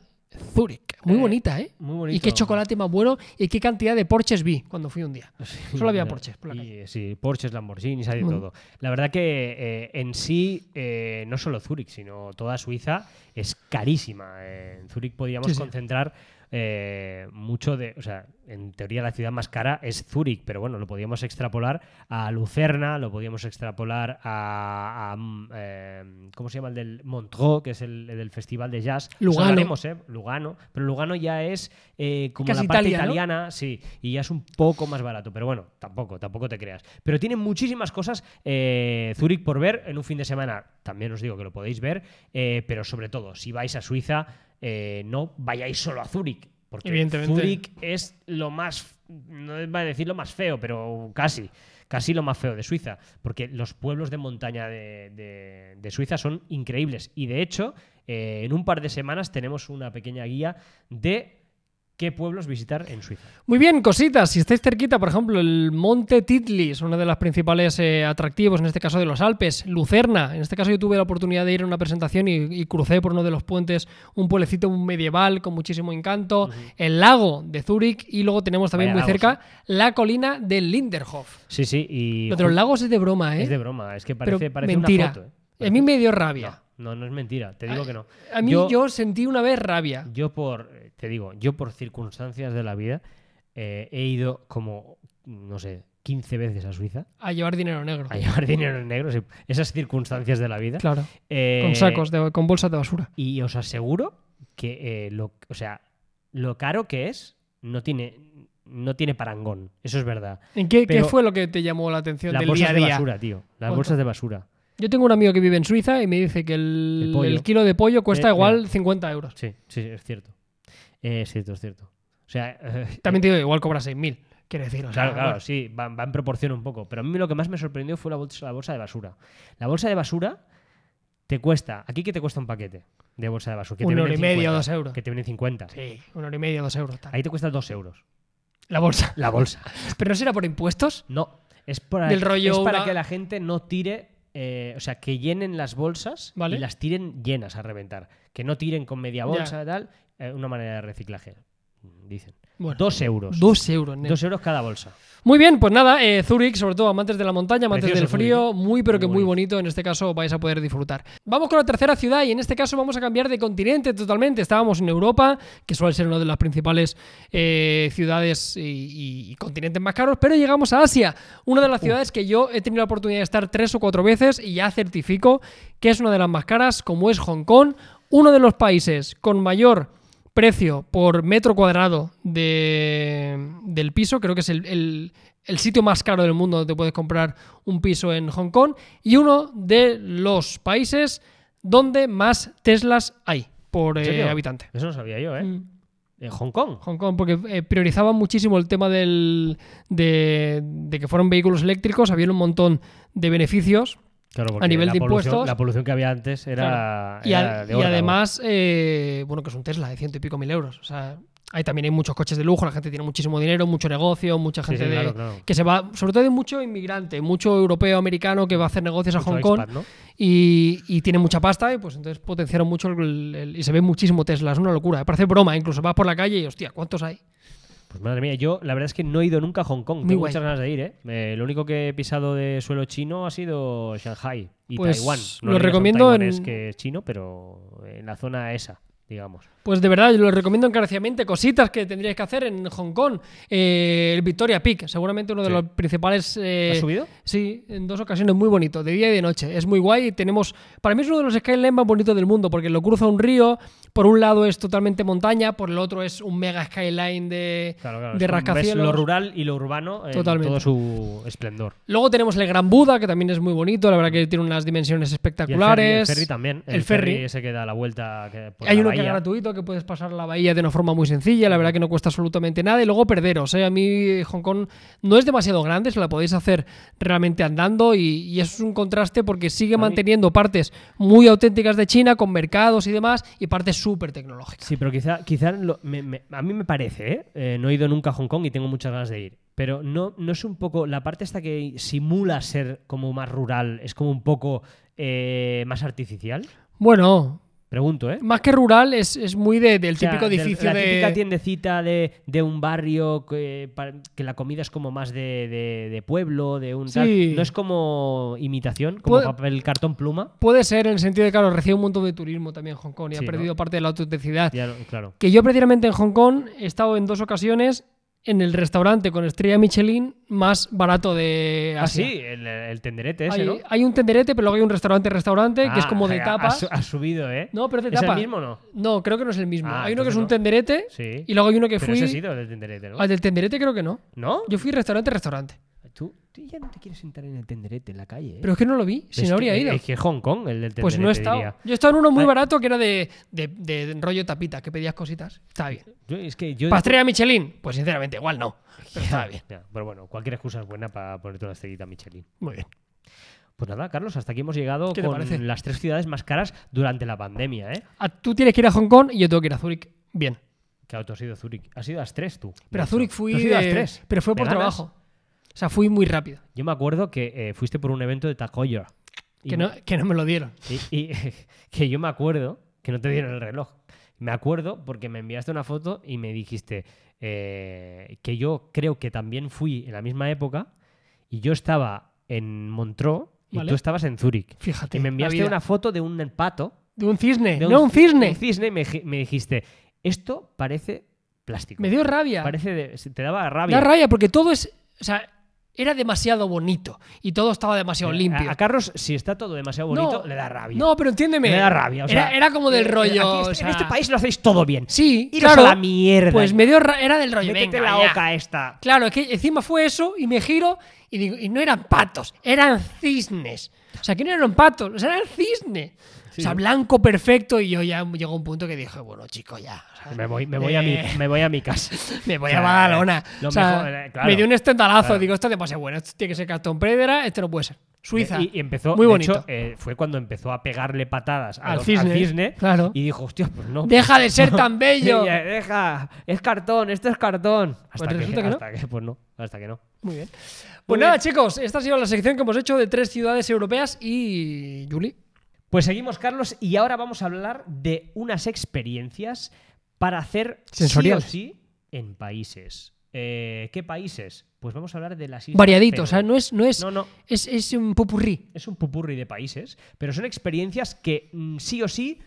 [SPEAKER 2] Zúrich, muy
[SPEAKER 1] Eh,
[SPEAKER 2] bonita, ¿eh?
[SPEAKER 1] muy
[SPEAKER 2] Y
[SPEAKER 1] bonito.
[SPEAKER 2] qué chocolate más bueno y qué cantidad de Porsches vi cuando fui un día. Solo había
[SPEAKER 1] No,
[SPEAKER 2] Porsches por la
[SPEAKER 1] y,
[SPEAKER 2] calle. Mm.
[SPEAKER 1] eh, Sí, Porsches, Lamborghinis, hay de
[SPEAKER 2] Ujú.
[SPEAKER 1] todo. La verdad que eh, en sí, eh, no solo Zúrich, sino toda Suiza es carísima. Eh, en Zúrich podríamos
[SPEAKER 2] Sí, sí.
[SPEAKER 1] concentrar eh, mucho de. O sea, en teoría la ciudad más cara es Zúrich, pero bueno, lo podíamos extrapolar a Lucerna, lo podíamos extrapolar a. a, mm, eh, ¿Cómo se llama el del Montreux, que es el, el del festival de jazz? Eso
[SPEAKER 2] Lugano.
[SPEAKER 1] hablaremos, ¿eh? Lugano. Pero Lugano ya es eh, como
[SPEAKER 2] Casi
[SPEAKER 1] la parte
[SPEAKER 2] Italia, ¿no?
[SPEAKER 1] italiana italiana, sí, y ya es un poco más barato, pero bueno, tampoco, tampoco te creas. Pero tiene muchísimas cosas eh, Zurich por ver en un fin de semana. También os digo que lo podéis ver, eh, pero sobre todo, si vais a Suiza, eh, no vayáis solo a Zurich. Porque
[SPEAKER 2] Evidentemente.
[SPEAKER 1] Zurich es lo más, no va a decir lo más feo, pero casi, casi lo más feo de Suiza. Porque los pueblos de montaña de, de- de Suiza son increíbles. Y de hecho, eh, en un par de semanas tenemos una pequeña guía de qué pueblos visitar en Suiza.
[SPEAKER 2] Muy bien, cositas. Si estáis cerquita, por ejemplo, el Monte Titlis, uno de los principales eh, atractivos, en este caso de los Alpes, Lucerna. En este caso yo tuve la oportunidad de ir a una presentación y, y crucé por uno de los puentes, un pueblecito medieval con muchísimo encanto, el lago de Zúrich y luego tenemos también
[SPEAKER 1] Vaya
[SPEAKER 2] muy
[SPEAKER 1] lagos,
[SPEAKER 2] cerca la colina de Linderhof.
[SPEAKER 1] Sí, sí, y
[SPEAKER 2] Lo de los lagos es de broma, ¿eh?
[SPEAKER 1] es de broma, es que
[SPEAKER 2] Pero
[SPEAKER 1] parece, parece
[SPEAKER 2] mentira.
[SPEAKER 1] una foto. ¿eh?
[SPEAKER 2] A mí me dio rabia.
[SPEAKER 1] No, no es mentira, te digo que no.
[SPEAKER 2] A mí yo, sentí una vez rabia.
[SPEAKER 1] Yo por, te digo, yo por circunstancias de la vida eh, he eh, ido como no sé, 15 veces a Suiza
[SPEAKER 2] A llevar dinero negro.
[SPEAKER 1] a llevar dinero en negro, sí, esas circunstancias de la vida.
[SPEAKER 2] Claro.
[SPEAKER 1] Eh,
[SPEAKER 2] Con sacos, de- con bolsas de basura.
[SPEAKER 1] Y os aseguro que eh, lo, o sea, lo caro que es no tiene, no tiene parangón. Eso es verdad.
[SPEAKER 2] ¿En qué, qué
[SPEAKER 1] Pero-
[SPEAKER 2] fue lo que te llamó la atención
[SPEAKER 1] Las
[SPEAKER 2] del día
[SPEAKER 1] bolsas
[SPEAKER 2] a
[SPEAKER 1] de
[SPEAKER 2] día?
[SPEAKER 1] basura, tío. Las
[SPEAKER 2] ¿Cuánto?
[SPEAKER 1] bolsas de basura.
[SPEAKER 2] Yo tengo un amigo que vive en Suiza y me dice que el,
[SPEAKER 1] El pollo.
[SPEAKER 2] el kilo de pollo cuesta
[SPEAKER 1] Eh,
[SPEAKER 2] igual
[SPEAKER 1] mira.
[SPEAKER 2] 50 euros.
[SPEAKER 1] Sí, sí, es cierto. Eh, es cierto, es cierto. O sea, eh,
[SPEAKER 2] También te digo, igual cobra 6.000. Quiero decir, o sea,
[SPEAKER 1] Claro, claro,
[SPEAKER 2] bueno,
[SPEAKER 1] sí, va, va en proporción un poco. Pero a mí lo que más me sorprendió fue la bolsa, la bolsa de basura. La bolsa de basura te cuesta, aquí que te cuesta un paquete de bolsa de basura. Que
[SPEAKER 2] Un
[SPEAKER 1] te
[SPEAKER 2] euro y
[SPEAKER 1] vienen
[SPEAKER 2] medio,
[SPEAKER 1] 50,
[SPEAKER 2] dos euros.
[SPEAKER 1] Que te vienen 50.
[SPEAKER 2] Sí, un euro y medio, dos euros. tal.
[SPEAKER 1] Ahí te cuesta dos euros.
[SPEAKER 2] La bolsa.
[SPEAKER 1] La bolsa.
[SPEAKER 2] ¿Pero no será por impuestos?
[SPEAKER 1] No, es para,
[SPEAKER 2] Del rollo
[SPEAKER 1] es para
[SPEAKER 2] una-
[SPEAKER 1] que la gente no tire, eh, o sea, que llenen las bolsas
[SPEAKER 2] Vale.
[SPEAKER 1] y las tiren llenas a reventar. Que no tiren con media
[SPEAKER 2] Ya.
[SPEAKER 1] bolsa, tal. eh, una manera de reciclaje, dicen.
[SPEAKER 2] Bueno,
[SPEAKER 1] Dos euros.
[SPEAKER 2] dos euros, nene.
[SPEAKER 1] Dos euros cada bolsa.
[SPEAKER 2] Muy bien, pues nada, eh, Zurich, sobre todo amantes de la montaña, amantes
[SPEAKER 1] Precioso
[SPEAKER 2] del frío, muy pero que
[SPEAKER 1] Muy
[SPEAKER 2] muy
[SPEAKER 1] bonito.
[SPEAKER 2] bonito, en este caso vais a poder disfrutar. Vamos con la tercera ciudad y en este caso vamos a cambiar de continente totalmente. Estábamos en Europa, que suele ser una de las principales eh, ciudades y, y- y continentes más caros, pero llegamos a Asia, una de las ciudades que yo he tenido la oportunidad de estar tres o cuatro veces y ya certifico que es una de las más caras, como es Hong Kong, uno de los países con mayor precio por metro cuadrado de, del piso. Creo que es el, el- el sitio más caro del mundo donde puedes comprar un piso en Hong Kong. Y uno de los países donde más Teslas hay por
[SPEAKER 1] ¿En
[SPEAKER 2] eh,
[SPEAKER 1] serio?
[SPEAKER 2] habitante.
[SPEAKER 1] Eso no sabía yo, ¿eh?
[SPEAKER 2] Mm.
[SPEAKER 1] Eh, Hong Kong.
[SPEAKER 2] Hong Kong, porque eh, priorizaban muchísimo el tema del, de, de que fueron vehículos eléctricos, había un montón de beneficios
[SPEAKER 1] Claro, porque
[SPEAKER 2] nivel
[SPEAKER 1] la
[SPEAKER 2] de
[SPEAKER 1] polución-
[SPEAKER 2] impuestos.
[SPEAKER 1] La polución que había antes era.
[SPEAKER 2] Y,
[SPEAKER 1] era
[SPEAKER 2] ad-
[SPEAKER 1] de
[SPEAKER 2] y
[SPEAKER 1] órdago.
[SPEAKER 2] además, eh, bueno, que es un Tesla de ciento y pico mil euros. O sea, ahí también hay muchos coches de lujo, la gente tiene muchísimo dinero, mucho negocio, mucha
[SPEAKER 1] Sí, sí,
[SPEAKER 2] gente de-
[SPEAKER 1] claro, claro.
[SPEAKER 2] que se va, sobre todo de mucho inmigrante, mucho europeo, americano que va a hacer negocios a
[SPEAKER 1] Mucho
[SPEAKER 2] Hong Kong
[SPEAKER 1] expat, ¿no?
[SPEAKER 2] y, y tiene mucha pasta y pues entonces potenciaron mucho el, el- y se ve muchísimo Tesla, es una locura, eh. parece broma, incluso vas por la calle y hostia, ¿cuántos hay?
[SPEAKER 1] Pues madre mía, yo la verdad es que no he ido nunca a Hong Kong.
[SPEAKER 2] Muy
[SPEAKER 1] Tengo
[SPEAKER 2] guay.
[SPEAKER 1] muchas ganas de ir, ¿eh? Eh, Lo único que he pisado de suelo chino ha sido Shanghai y
[SPEAKER 2] Pues,
[SPEAKER 1] Taiwán.
[SPEAKER 2] lo
[SPEAKER 1] digas a un
[SPEAKER 2] recomiendo
[SPEAKER 1] taiwanés
[SPEAKER 2] en-
[SPEAKER 1] que es chino, pero en la zona esa, digamos.
[SPEAKER 2] Pues de verdad, yo les recomiendo encarecidamente cositas que tendríais que hacer en Hong Kong. Eh, el Victoria Peak, seguramente uno de
[SPEAKER 1] Sí.
[SPEAKER 2] los principales... eh,
[SPEAKER 1] ¿Has subido?
[SPEAKER 2] Sí, en dos ocasiones muy bonito, de día y de noche. Es muy guay. y Tenemos, para mí es uno de los skylines más bonitos del mundo, porque lo cruza un río. Por un lado es totalmente montaña, por el otro es un mega skyline de,
[SPEAKER 1] Claro, claro.
[SPEAKER 2] de
[SPEAKER 1] es como- ves
[SPEAKER 2] rascacielos.
[SPEAKER 1] lo rural y lo urbano en
[SPEAKER 2] Totalmente.
[SPEAKER 1] todo su esplendor.
[SPEAKER 2] Luego tenemos el Gran Buda, que también es muy bonito. La verdad que tiene unas dimensiones
[SPEAKER 1] Y el ferry,
[SPEAKER 2] espectaculares.
[SPEAKER 1] el ferry también.
[SPEAKER 2] El ferry.
[SPEAKER 1] ese que da la vuelta. que- por
[SPEAKER 2] Hay
[SPEAKER 1] la
[SPEAKER 2] uno que es
[SPEAKER 1] bahía.
[SPEAKER 2] gratuito, que puedes pasar la bahía de una forma muy sencilla, la verdad que no cuesta absolutamente nada. Y luego perderos, ¿eh? A mí eh, Hong Kong no es demasiado grande, se la podéis hacer realmente andando y, y es un contraste porque sigue
[SPEAKER 1] mí-
[SPEAKER 2] manteniendo partes muy auténticas de China, con mercados y demás, y partes súper tecnológicas.
[SPEAKER 1] Sí, pero quizá, quizá lo- me- me- a mí me parece, ¿eh? Eh, no he ido nunca a Hong Kong y tengo muchas ganas de ir, pero no, no es un poco, la parte esta que simula ser como más rural, es como un poco eh, más artificial,
[SPEAKER 2] Bueno,
[SPEAKER 1] pregunto, ¿eh?
[SPEAKER 2] más que rural, es, es muy de- del
[SPEAKER 1] O sea,
[SPEAKER 2] típico
[SPEAKER 1] del-
[SPEAKER 2] edificio
[SPEAKER 1] la
[SPEAKER 2] de...
[SPEAKER 1] típica tiendecita de, de un barrio que, pa- que la comida es como más de, de- de pueblo, de un tal.
[SPEAKER 2] Sí.
[SPEAKER 1] No es como imitación, como
[SPEAKER 2] Puede-
[SPEAKER 1] papel cartón pluma.
[SPEAKER 2] Puede ser en el sentido de, claro, recibe un montón de turismo también Hong Kong y
[SPEAKER 1] Sí,
[SPEAKER 2] ha
[SPEAKER 1] ¿no?
[SPEAKER 2] perdido parte de la autenticidad.
[SPEAKER 1] Ya no- claro.
[SPEAKER 2] Que yo precisamente en Hong Kong he estado en dos ocasiones en el restaurante con estrella Michelin más barato de
[SPEAKER 1] Ah,
[SPEAKER 2] Asia.
[SPEAKER 1] sí, el, el tenderete ese,
[SPEAKER 2] hay,
[SPEAKER 1] ¿no?
[SPEAKER 2] hay un tenderete, pero luego hay un restaurante restaurante que es
[SPEAKER 1] Ah,
[SPEAKER 2] como de
[SPEAKER 1] ha- ha
[SPEAKER 2] tapas.
[SPEAKER 1] su- Ha, subido, ¿eh?
[SPEAKER 2] No, pero es de
[SPEAKER 1] ¿Es el
[SPEAKER 2] tapa.
[SPEAKER 1] mismo o no?
[SPEAKER 2] No, creo que no es el mismo.
[SPEAKER 1] Ah,
[SPEAKER 2] hay uno que es
[SPEAKER 1] entonces
[SPEAKER 2] un
[SPEAKER 1] no.
[SPEAKER 2] tenderete
[SPEAKER 1] Sí.
[SPEAKER 2] y luego hay uno que
[SPEAKER 1] Pero
[SPEAKER 2] fui.
[SPEAKER 1] ese ha sido del tenderete, ¿no?
[SPEAKER 2] Al del tenderete creo que no.
[SPEAKER 1] ¿No?
[SPEAKER 2] Yo fui restaurante restaurante.
[SPEAKER 1] ¿Tú, tú ya no te quieres sentar en el tenderete en la calle, ¿eh?
[SPEAKER 2] Pero es que no lo vi, si
[SPEAKER 1] Es
[SPEAKER 2] no habría
[SPEAKER 1] que-
[SPEAKER 2] ido.
[SPEAKER 1] Es que Hong Kong, el del tenderete,
[SPEAKER 2] Pues no he estado.
[SPEAKER 1] diría.
[SPEAKER 2] Yo he estado en uno muy
[SPEAKER 1] Ay.
[SPEAKER 2] barato que era de, de- de- de rollo tapita, que pedías cositas. Estaba bien.
[SPEAKER 1] Yo- es que yo...
[SPEAKER 2] ¿Pastrella Michelin? Pues sinceramente, igual no. Pero estaba bien.
[SPEAKER 1] Ya, pero bueno, cualquier excusa es buena para ponerte una estrellita Michelin.
[SPEAKER 2] Muy bien.
[SPEAKER 1] Pues nada, Carlos, hasta aquí hemos llegado
[SPEAKER 2] ¿Qué te parece?
[SPEAKER 1] con las tres ciudades más caras durante la pandemia, ¿eh?
[SPEAKER 2] Ah, tú tienes que ir a Hong Kong y yo tengo que ir a Zurich. Bien.
[SPEAKER 1] Claro, tú has ido a Zurich. Has ido a las tres, tú. de
[SPEAKER 2] Pero a
[SPEAKER 1] hecho.
[SPEAKER 2] Zurich
[SPEAKER 1] Tú
[SPEAKER 2] fui.
[SPEAKER 1] has ido a las
[SPEAKER 2] de-
[SPEAKER 1] tres.
[SPEAKER 2] Pero fue
[SPEAKER 1] ¿Me
[SPEAKER 2] por
[SPEAKER 1] ganas?
[SPEAKER 2] trabajo. O sea, fui muy rápido.
[SPEAKER 1] Yo me acuerdo que eh, fuiste por un evento de Takoyer. Y
[SPEAKER 2] Que no, que no me lo dieron.
[SPEAKER 1] Y, y- que yo me acuerdo que no te dieron el reloj. Me acuerdo porque me enviaste una foto y me dijiste eh, que yo creo que también fui en la misma época y yo estaba en Montreux y
[SPEAKER 2] Vale.
[SPEAKER 1] tú estabas en Zúrich.
[SPEAKER 2] Fíjate.
[SPEAKER 1] Y me
[SPEAKER 2] la
[SPEAKER 1] enviaste
[SPEAKER 2] vida.
[SPEAKER 1] una foto de un pato.
[SPEAKER 2] De un cisne.
[SPEAKER 1] de
[SPEAKER 2] Eh, no, un cisne.
[SPEAKER 1] Un cisne y me, ji- me dijiste, esto parece plástico.
[SPEAKER 2] Me dio rabia.
[SPEAKER 1] Parece de- se- te daba
[SPEAKER 2] Me da
[SPEAKER 1] rabia.
[SPEAKER 2] rabia porque todo es. O sea, era demasiado bonito y todo estaba demasiado limpio.
[SPEAKER 1] Eh, A, a Carlos, si está todo demasiado bonito, le da rabia.
[SPEAKER 2] No, pero entiéndeme.
[SPEAKER 1] Le da rabia, o sea,
[SPEAKER 2] era, era como del
[SPEAKER 1] Eh,
[SPEAKER 2] rollo.
[SPEAKER 1] aquí
[SPEAKER 2] o
[SPEAKER 1] este-
[SPEAKER 2] sea,
[SPEAKER 1] en este país lo hacéis todo bien.
[SPEAKER 2] Sí,
[SPEAKER 1] Iros
[SPEAKER 2] claro.
[SPEAKER 1] a la mierda.
[SPEAKER 2] Pues me dio ra- era del rollo.
[SPEAKER 1] Métete
[SPEAKER 2] venga,
[SPEAKER 1] la
[SPEAKER 2] ya.
[SPEAKER 1] oca esta.
[SPEAKER 2] Claro, es que encima fue eso y me giro y digo, y no eran patos, eran cisnes. O sea, que no eran patos, o sea, eran cisnes. O sea, blanco perfecto y yo ya llegó un punto que dije, bueno, chico, ya. o sea,
[SPEAKER 1] Me voy, me voy a mi,
[SPEAKER 2] Eh.
[SPEAKER 1] me voy a mi casa.
[SPEAKER 2] me voy
[SPEAKER 1] O sea,
[SPEAKER 2] a Badalona.
[SPEAKER 1] lo
[SPEAKER 2] O sea,
[SPEAKER 1] mejor, eh, claro.
[SPEAKER 2] Me dio un estendalazo.
[SPEAKER 1] Claro.
[SPEAKER 2] Digo, esto es demasiado bueno. Esto tiene que ser cartón Pedra. Este no puede ser. Suiza.
[SPEAKER 1] Y, y empezó,
[SPEAKER 2] Muy
[SPEAKER 1] de
[SPEAKER 2] bonito.
[SPEAKER 1] hecho, eh, fue cuando empezó a pegarle patadas a
[SPEAKER 2] Al
[SPEAKER 1] los-
[SPEAKER 2] cisne, claro.
[SPEAKER 1] Y eh, dijo, hostia, pues no.
[SPEAKER 2] Deja de ser tan bello.
[SPEAKER 1] Ya, deja, es cartón, esto es cartón. Hasta
[SPEAKER 2] Pues
[SPEAKER 1] que,
[SPEAKER 2] resulta que no.
[SPEAKER 1] hasta que- pues no, hasta que no.
[SPEAKER 2] Muy bien. Pues
[SPEAKER 1] Muy
[SPEAKER 2] nada,
[SPEAKER 1] bien.
[SPEAKER 2] chicos, esta ha sido la sección que hemos hecho de tres ciudades europeas y. Juli.
[SPEAKER 1] Pues seguimos, Carlos, y ahora vamos a hablar de unas experiencias para hacer sí o
[SPEAKER 2] Sensorial.
[SPEAKER 1] sí en países. Eh, ¿Qué países? Pues vamos a hablar de las islas.
[SPEAKER 2] Variadito,
[SPEAKER 1] Feroe.
[SPEAKER 2] o sea, ¿eh? no es. No es,
[SPEAKER 1] No, no,
[SPEAKER 2] es, es un popurrí.
[SPEAKER 1] es un pupurri de países, pero son experiencias que mm, sí o sí,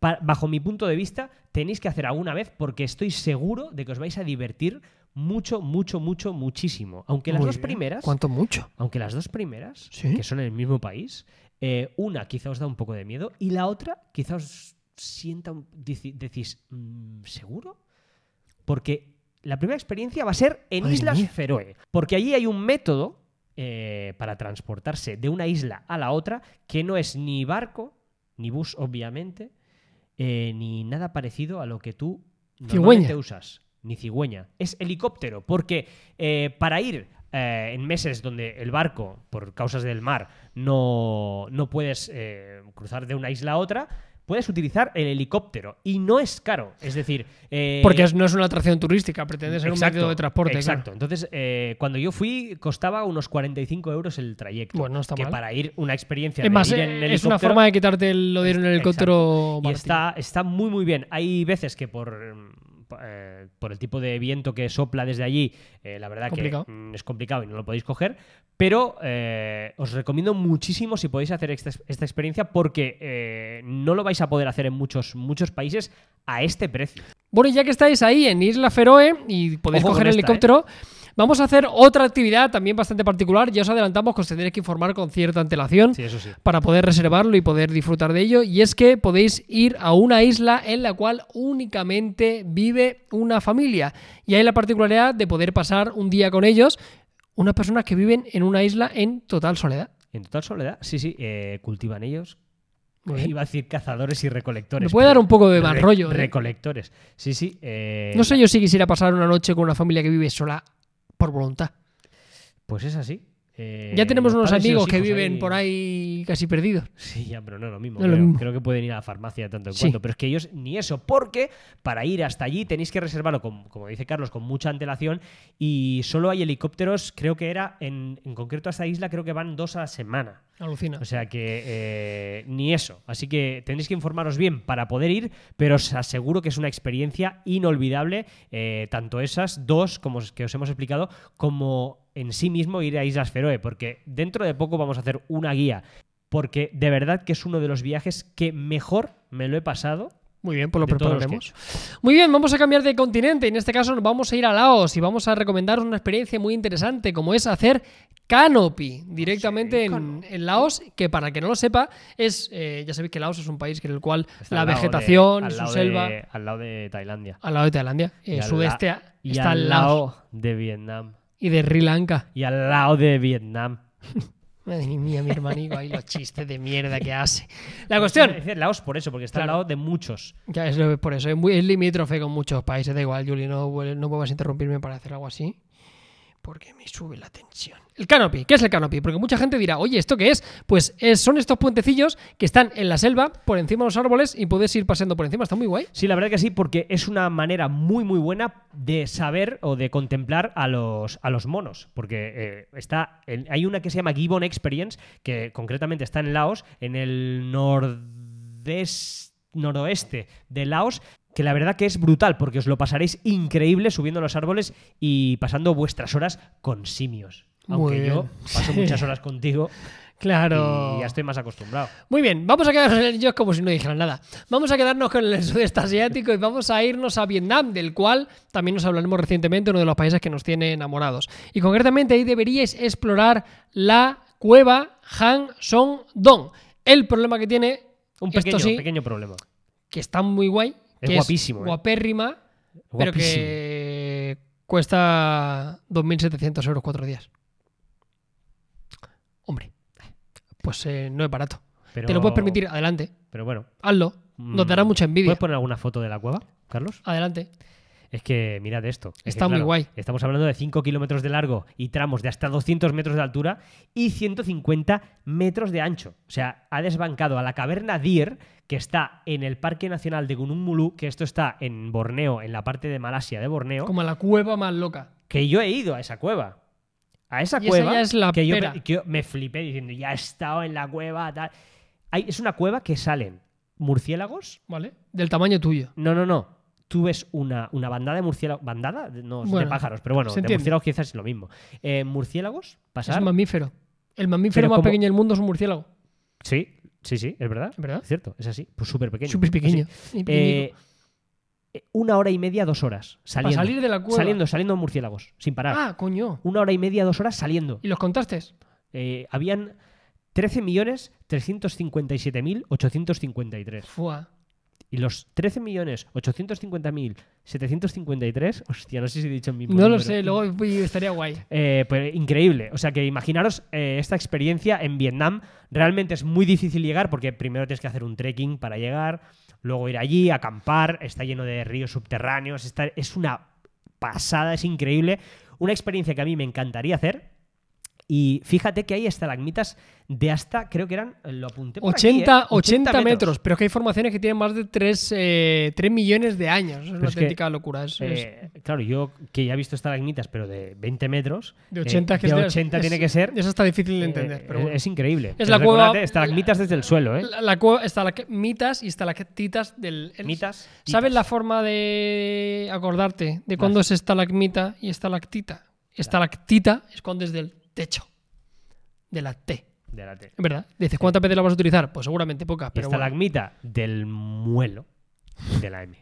[SPEAKER 1] pa- bajo mi punto de vista, tenéis que hacer alguna vez porque estoy seguro de que os vais a divertir mucho, mucho, mucho, muchísimo. Aunque las
[SPEAKER 2] Muy
[SPEAKER 1] dos
[SPEAKER 2] bien.
[SPEAKER 1] primeras,
[SPEAKER 2] Cuanto mucho.
[SPEAKER 1] aunque las dos primeras,
[SPEAKER 2] Sí.
[SPEAKER 1] que son en el mismo país, eh, una quizá os da un poco de miedo y la otra quizá os sienta, un- dici- decís, "Mm, ¿seguro? Porque la primera experiencia va a ser en
[SPEAKER 2] Madre
[SPEAKER 1] Islas
[SPEAKER 2] mía.
[SPEAKER 1] Feroe, porque allí hay un método eh, para transportarse de una isla a la otra que no es ni barco, ni bus, obviamente, eh, ni nada parecido a lo que tú normalmente
[SPEAKER 2] Cigüeña.
[SPEAKER 1] usas, ni cigüeña. Es helicóptero, porque eh, para ir eh, en meses donde el barco, por causas del mar, no, no puedes eh, cruzar de una isla a otra, puedes utilizar el helicóptero y no es caro. Es decir, eh,
[SPEAKER 2] Porque es- no es una atracción turística, pretende ser un método de transporte. claro.
[SPEAKER 1] Exacto. Entonces, eh, cuando yo fui, costaba unos 45 euros el trayecto.
[SPEAKER 2] Bueno, no está
[SPEAKER 1] que
[SPEAKER 2] mal.
[SPEAKER 1] para ir una experiencia de
[SPEAKER 2] Es más,
[SPEAKER 1] ir
[SPEAKER 2] eh,
[SPEAKER 1] en
[SPEAKER 2] es una
[SPEAKER 1] helicóptero-
[SPEAKER 2] forma de quitarte el- lo de ir en el helicóptero.
[SPEAKER 1] y
[SPEAKER 2] Martín.
[SPEAKER 1] está, está muy, muy bien. Hay veces que por, mm, p- eh, por el tipo de viento que sopla desde allí, eh, la verdad
[SPEAKER 2] Complicado.
[SPEAKER 1] que mm, es complicado y no lo podéis coger. Pero eh, os recomiendo muchísimo si podéis hacer esta, esta experiencia porque eh, no lo vais a poder hacer en muchos, muchos países a este precio.
[SPEAKER 2] Bueno, y ya que estáis ahí en Isla Feroe y podéis
[SPEAKER 1] Ojo
[SPEAKER 2] coger
[SPEAKER 1] con
[SPEAKER 2] el
[SPEAKER 1] esta,
[SPEAKER 2] helicóptero, vamos a hacer otra actividad también bastante particular. Ya os adelantamos que os tendréis que informar con cierta antelación
[SPEAKER 1] Sí, eso sí.
[SPEAKER 2] para poder reservarlo y poder disfrutar de ello. Y es que podéis ir a una isla en la cual únicamente vive una familia. Y hay la particularidad de poder pasar un día con ellos, unas personas que viven en una isla en total soledad.
[SPEAKER 1] En total soledad, sí, sí, eh, cultivan ellos.
[SPEAKER 2] Muy bien.
[SPEAKER 1] Iba a decir cazadores y recolectores.
[SPEAKER 2] Me puede
[SPEAKER 1] pero
[SPEAKER 2] dar un poco de mal
[SPEAKER 1] re-
[SPEAKER 2] rollo, ¿eh?
[SPEAKER 1] Recolectores. Sí, sí. eh,
[SPEAKER 2] No sé yo si quisiera pasar una noche con una familia que vive sola por voluntad.
[SPEAKER 1] Pues es así. Eh,
[SPEAKER 2] Ya tenemos
[SPEAKER 1] los
[SPEAKER 2] unos
[SPEAKER 1] padres y los
[SPEAKER 2] amigos que
[SPEAKER 1] hijos
[SPEAKER 2] viven por ahí casi perdidos.
[SPEAKER 1] Sí, ya, pero no es lo mismo.
[SPEAKER 2] No es lo
[SPEAKER 1] creo.
[SPEAKER 2] mismo.
[SPEAKER 1] Creo que pueden ir a la farmacia de tanto en
[SPEAKER 2] Sí.
[SPEAKER 1] cuanto. Pero es que ellos ni eso, porque para ir hasta allí tenéis que reservarlo, con- como dice Carlos, con mucha antelación. Y solo hay helicópteros, creo que era, en, en concreto a esta isla, creo que van dos a la semana.
[SPEAKER 2] Alucina.
[SPEAKER 1] O sea que eh, ni eso. Así que tenéis que informaros bien para poder ir, pero os aseguro que es una experiencia inolvidable, eh, tanto esas dos, como os- que os hemos explicado, como en sí mismo ir a Islas Feroe, porque dentro de poco vamos a hacer una guía, porque de verdad que es uno de los viajes que mejor me lo he pasado.
[SPEAKER 2] Muy bien, pues lo
[SPEAKER 1] de todos los
[SPEAKER 2] prepararemos. Muy bien, vamos a cambiar de continente. En este caso nos vamos a ir a Laos y vamos a recomendaros una experiencia muy interesante como es hacer canopy directamente en, en Laos, que para el que no lo sepa, es eh, ya sabéis que Laos es un país en el cual
[SPEAKER 1] Está
[SPEAKER 2] la
[SPEAKER 1] al lado de-
[SPEAKER 2] vegetación,
[SPEAKER 1] al
[SPEAKER 2] su
[SPEAKER 1] lado
[SPEAKER 2] selva,
[SPEAKER 1] de- al lado de Tailandia.
[SPEAKER 2] al lado de Tailandia,
[SPEAKER 1] Y
[SPEAKER 2] en
[SPEAKER 1] al
[SPEAKER 2] sudeste
[SPEAKER 1] la- y
[SPEAKER 2] está
[SPEAKER 1] al
[SPEAKER 2] Laos
[SPEAKER 1] lado de Vietnam.
[SPEAKER 2] y de Sri Lanka.
[SPEAKER 1] Y al lado de Vietnam.
[SPEAKER 2] Madre mía, mi hermanico, ahí los chistes de mierda que hace. La cuestión,
[SPEAKER 1] Es Laos por eso, porque está
[SPEAKER 2] Claro.
[SPEAKER 1] al lado de muchos.
[SPEAKER 2] Ya, es lo- por eso, es, muy, es limítrofe con muchos países. Da igual, Juli, no, vuel- no vuelvas a interrumpirme para hacer algo así. Porque me sube la tensión. El canopy. ¿Qué es el canopy? Porque mucha gente dirá, oye, ¿esto qué es? Pues es- son estos puentecillos que están en la selva, por encima de los árboles, y puedes ir paseando por encima. Está muy guay.
[SPEAKER 1] Sí, la verdad que sí, porque es una manera muy, muy buena de saber o de contemplar a los, a los monos. Porque eh, está en- hay una que se llama Gibbon Experience, que concretamente está en Laos, en el nordes- noroeste de Laos, que la verdad que es brutal, porque os lo pasaréis increíble subiendo a los árboles y pasando vuestras horas con simios.
[SPEAKER 2] Muy
[SPEAKER 1] Aunque yo
[SPEAKER 2] bien.
[SPEAKER 1] paso muchas horas contigo.
[SPEAKER 2] Claro.
[SPEAKER 1] Y ya estoy más acostumbrado.
[SPEAKER 2] Muy bien, vamos a quedarnos en el yo como si no dijera nada. Vamos a quedarnos con el sudeste asiático y vamos a irnos a Vietnam, del cual también nos hablaremos recientemente, uno de los países que nos tiene enamorados. Y concretamente ahí deberíais explorar la cueva Han Song Dong. El problema que tiene,
[SPEAKER 1] Un
[SPEAKER 2] esto
[SPEAKER 1] pequeño,
[SPEAKER 2] sí,
[SPEAKER 1] pequeño problema.
[SPEAKER 2] que está muy guay,
[SPEAKER 1] Es
[SPEAKER 2] que
[SPEAKER 1] guapísimo, ¿eh?
[SPEAKER 2] guapérrima, pero
[SPEAKER 1] Guapísimo.
[SPEAKER 2] que cuesta 2.700 euros cuatro días. Hombre, pues eh, no es barato.
[SPEAKER 1] Pero-
[SPEAKER 2] Te lo puedes permitir, adelante.
[SPEAKER 1] Pero bueno.
[SPEAKER 2] Hazlo. Nos
[SPEAKER 1] Mm.
[SPEAKER 2] dará mucha envidia.
[SPEAKER 1] ¿Puedes poner alguna foto de la cueva, Carlos?
[SPEAKER 2] Adelante.
[SPEAKER 1] Es que mirad esto. Es que,
[SPEAKER 2] Está muy guay.
[SPEAKER 1] Estamos hablando de 5 kilómetros de largo y tramos de hasta 200 metros de altura y 150 metros de ancho. O sea, ha desbancado a la caverna Deer, que está en el Parque Nacional de Gunung Mulu, que esto está en Borneo, en la parte de Malasia de Borneo,
[SPEAKER 2] Como la cueva más loca.
[SPEAKER 1] que yo he ido a esa cueva. A esa
[SPEAKER 2] Y esa
[SPEAKER 1] cueva
[SPEAKER 2] ya es la
[SPEAKER 1] que, yo,
[SPEAKER 2] pera.
[SPEAKER 1] que yo me flipé diciendo, ya he estado en la cueva, tal. Hay- es una cueva que salen murciélagos
[SPEAKER 2] ¿Vale? Del tamaño tuyo.
[SPEAKER 1] no, no, no. Tú ves una, una bandada de murciélagos. ¿Bandada? No, es
[SPEAKER 2] Bueno,
[SPEAKER 1] de pájaros, pero bueno,
[SPEAKER 2] se
[SPEAKER 1] de
[SPEAKER 2] entiende.
[SPEAKER 1] murciélagos quizás es lo mismo. Eh, murciélagos,
[SPEAKER 2] Es
[SPEAKER 1] pasar.
[SPEAKER 2] un mamífero. El mamífero
[SPEAKER 1] Pero
[SPEAKER 2] más
[SPEAKER 1] como-
[SPEAKER 2] pequeño del mundo es un murciélago.
[SPEAKER 1] Sí, sí, sí, es verdad.
[SPEAKER 2] ¿Es verdad?
[SPEAKER 1] Es cierto, es así. Pues súper pequeño.
[SPEAKER 2] Súper pequeño. Y pequeñico.
[SPEAKER 1] Eh, eh, una hora y media, dos horas.
[SPEAKER 2] Para
[SPEAKER 1] Saliendo.
[SPEAKER 2] salir de la cueva.
[SPEAKER 1] saliendo, saliendo murciélagos, sin parar.
[SPEAKER 2] Ah, coño.
[SPEAKER 1] Una hora y media, dos horas saliendo.
[SPEAKER 2] ¿Y los contaste?
[SPEAKER 1] Eh, habían 13.357.853.
[SPEAKER 2] Fua.
[SPEAKER 1] Y los 13.850.753, hostia, no sé si he dicho mi
[SPEAKER 2] No lo sé, luego uy, estaría guay.
[SPEAKER 1] Eh, pues increíble. O sea que imaginaros eh, esta experiencia en Vietnam. Realmente es muy difícil llegar porque primero tienes que hacer un trekking para llegar, luego ir allí, acampar, está lleno de ríos subterráneos, está- es una pasada, es increíble. Una experiencia que a mí me encantaría hacer. Y fíjate que hay estalagmitas de hasta, creo que eran, lo apunté por aquí, ¿eh?
[SPEAKER 2] 80, 80 metros. pero es que hay formaciones que tienen más de 3, millones de años. Es una
[SPEAKER 1] es que,
[SPEAKER 2] auténtica locura. Es, es-
[SPEAKER 1] Eh, claro, yo que ya he visto estalagmitas, pero de 20 metros.
[SPEAKER 2] de
[SPEAKER 1] eh,
[SPEAKER 2] 80, es que
[SPEAKER 1] de
[SPEAKER 2] es-
[SPEAKER 1] 80
[SPEAKER 2] es-
[SPEAKER 1] tiene que ser.
[SPEAKER 2] Eso está difícil de
[SPEAKER 1] Eh,
[SPEAKER 2] entender. pero bueno.
[SPEAKER 1] es, increíble.
[SPEAKER 2] Es
[SPEAKER 1] Es
[SPEAKER 2] la
[SPEAKER 1] la
[SPEAKER 2] cueva-
[SPEAKER 1] Estalagmitas desde el suelo, ¿eh?
[SPEAKER 2] La, la cueva, estalactitas y estalactitas del. el-
[SPEAKER 1] Mitas.
[SPEAKER 2] ¿Sabes
[SPEAKER 1] titas.
[SPEAKER 2] la forma de acordarte de cuándo es estalagmita y estalactita? Estalactita es cuando es del techo, de la T.
[SPEAKER 1] De la T.
[SPEAKER 2] Es verdad. Dices, ¿cuántas veces la vas a utilizar? Pues seguramente pocas,
[SPEAKER 1] Y
[SPEAKER 2] pero bueno.
[SPEAKER 1] estalagmita del muelo de la M.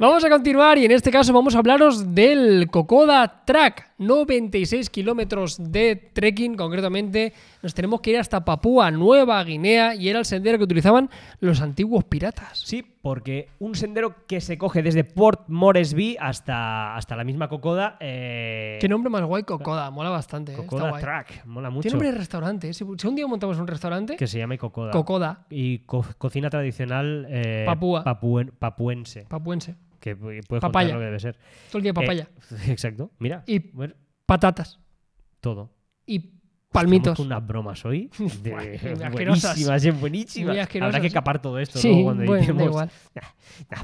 [SPEAKER 2] Vamos a continuar y en este caso vamos a hablaros del Kokoda Track. 96 kilómetros de trekking, concretamente. Nos tenemos que ir hasta Papúa Nueva Guinea y era el sendero que utilizaban los antiguos piratas.
[SPEAKER 1] Sí, porque un sendero que se coge desde Port Moresby hasta, hasta la misma Cocoda. eh,
[SPEAKER 2] Qué nombre más guay, Kokoda. Mola bastante. eh, está
[SPEAKER 1] Cocoda
[SPEAKER 2] guay.
[SPEAKER 1] Track. Mola mucho.
[SPEAKER 2] Tiene nombre de restaurante. ¿eh? Si, si un día montamos un restaurante,
[SPEAKER 1] Que se llame Cocoda.
[SPEAKER 2] Cocoda,
[SPEAKER 1] y co- cocina tradicional eh,
[SPEAKER 2] Papúa.
[SPEAKER 1] papuen- papuense.
[SPEAKER 2] papuense.
[SPEAKER 1] Que pu- puedes contar
[SPEAKER 2] Papaya.
[SPEAKER 1] lo que debe ser.
[SPEAKER 2] Todo el día papaya.
[SPEAKER 1] Eh, exacto. Mira.
[SPEAKER 2] Y
[SPEAKER 1] bueno,
[SPEAKER 2] patatas.
[SPEAKER 1] todo.
[SPEAKER 2] Y
[SPEAKER 1] Tenemos
[SPEAKER 2] palmitos.
[SPEAKER 1] unas bromas hoy. de-
[SPEAKER 2] Buah, asquerosas.
[SPEAKER 1] buenísimas, eh, buenísimas.
[SPEAKER 2] Muy asquerosas.
[SPEAKER 1] Habrá que capar todo esto
[SPEAKER 2] Sí,
[SPEAKER 1] luego cuando
[SPEAKER 2] bueno, da
[SPEAKER 1] editemos.
[SPEAKER 2] igual.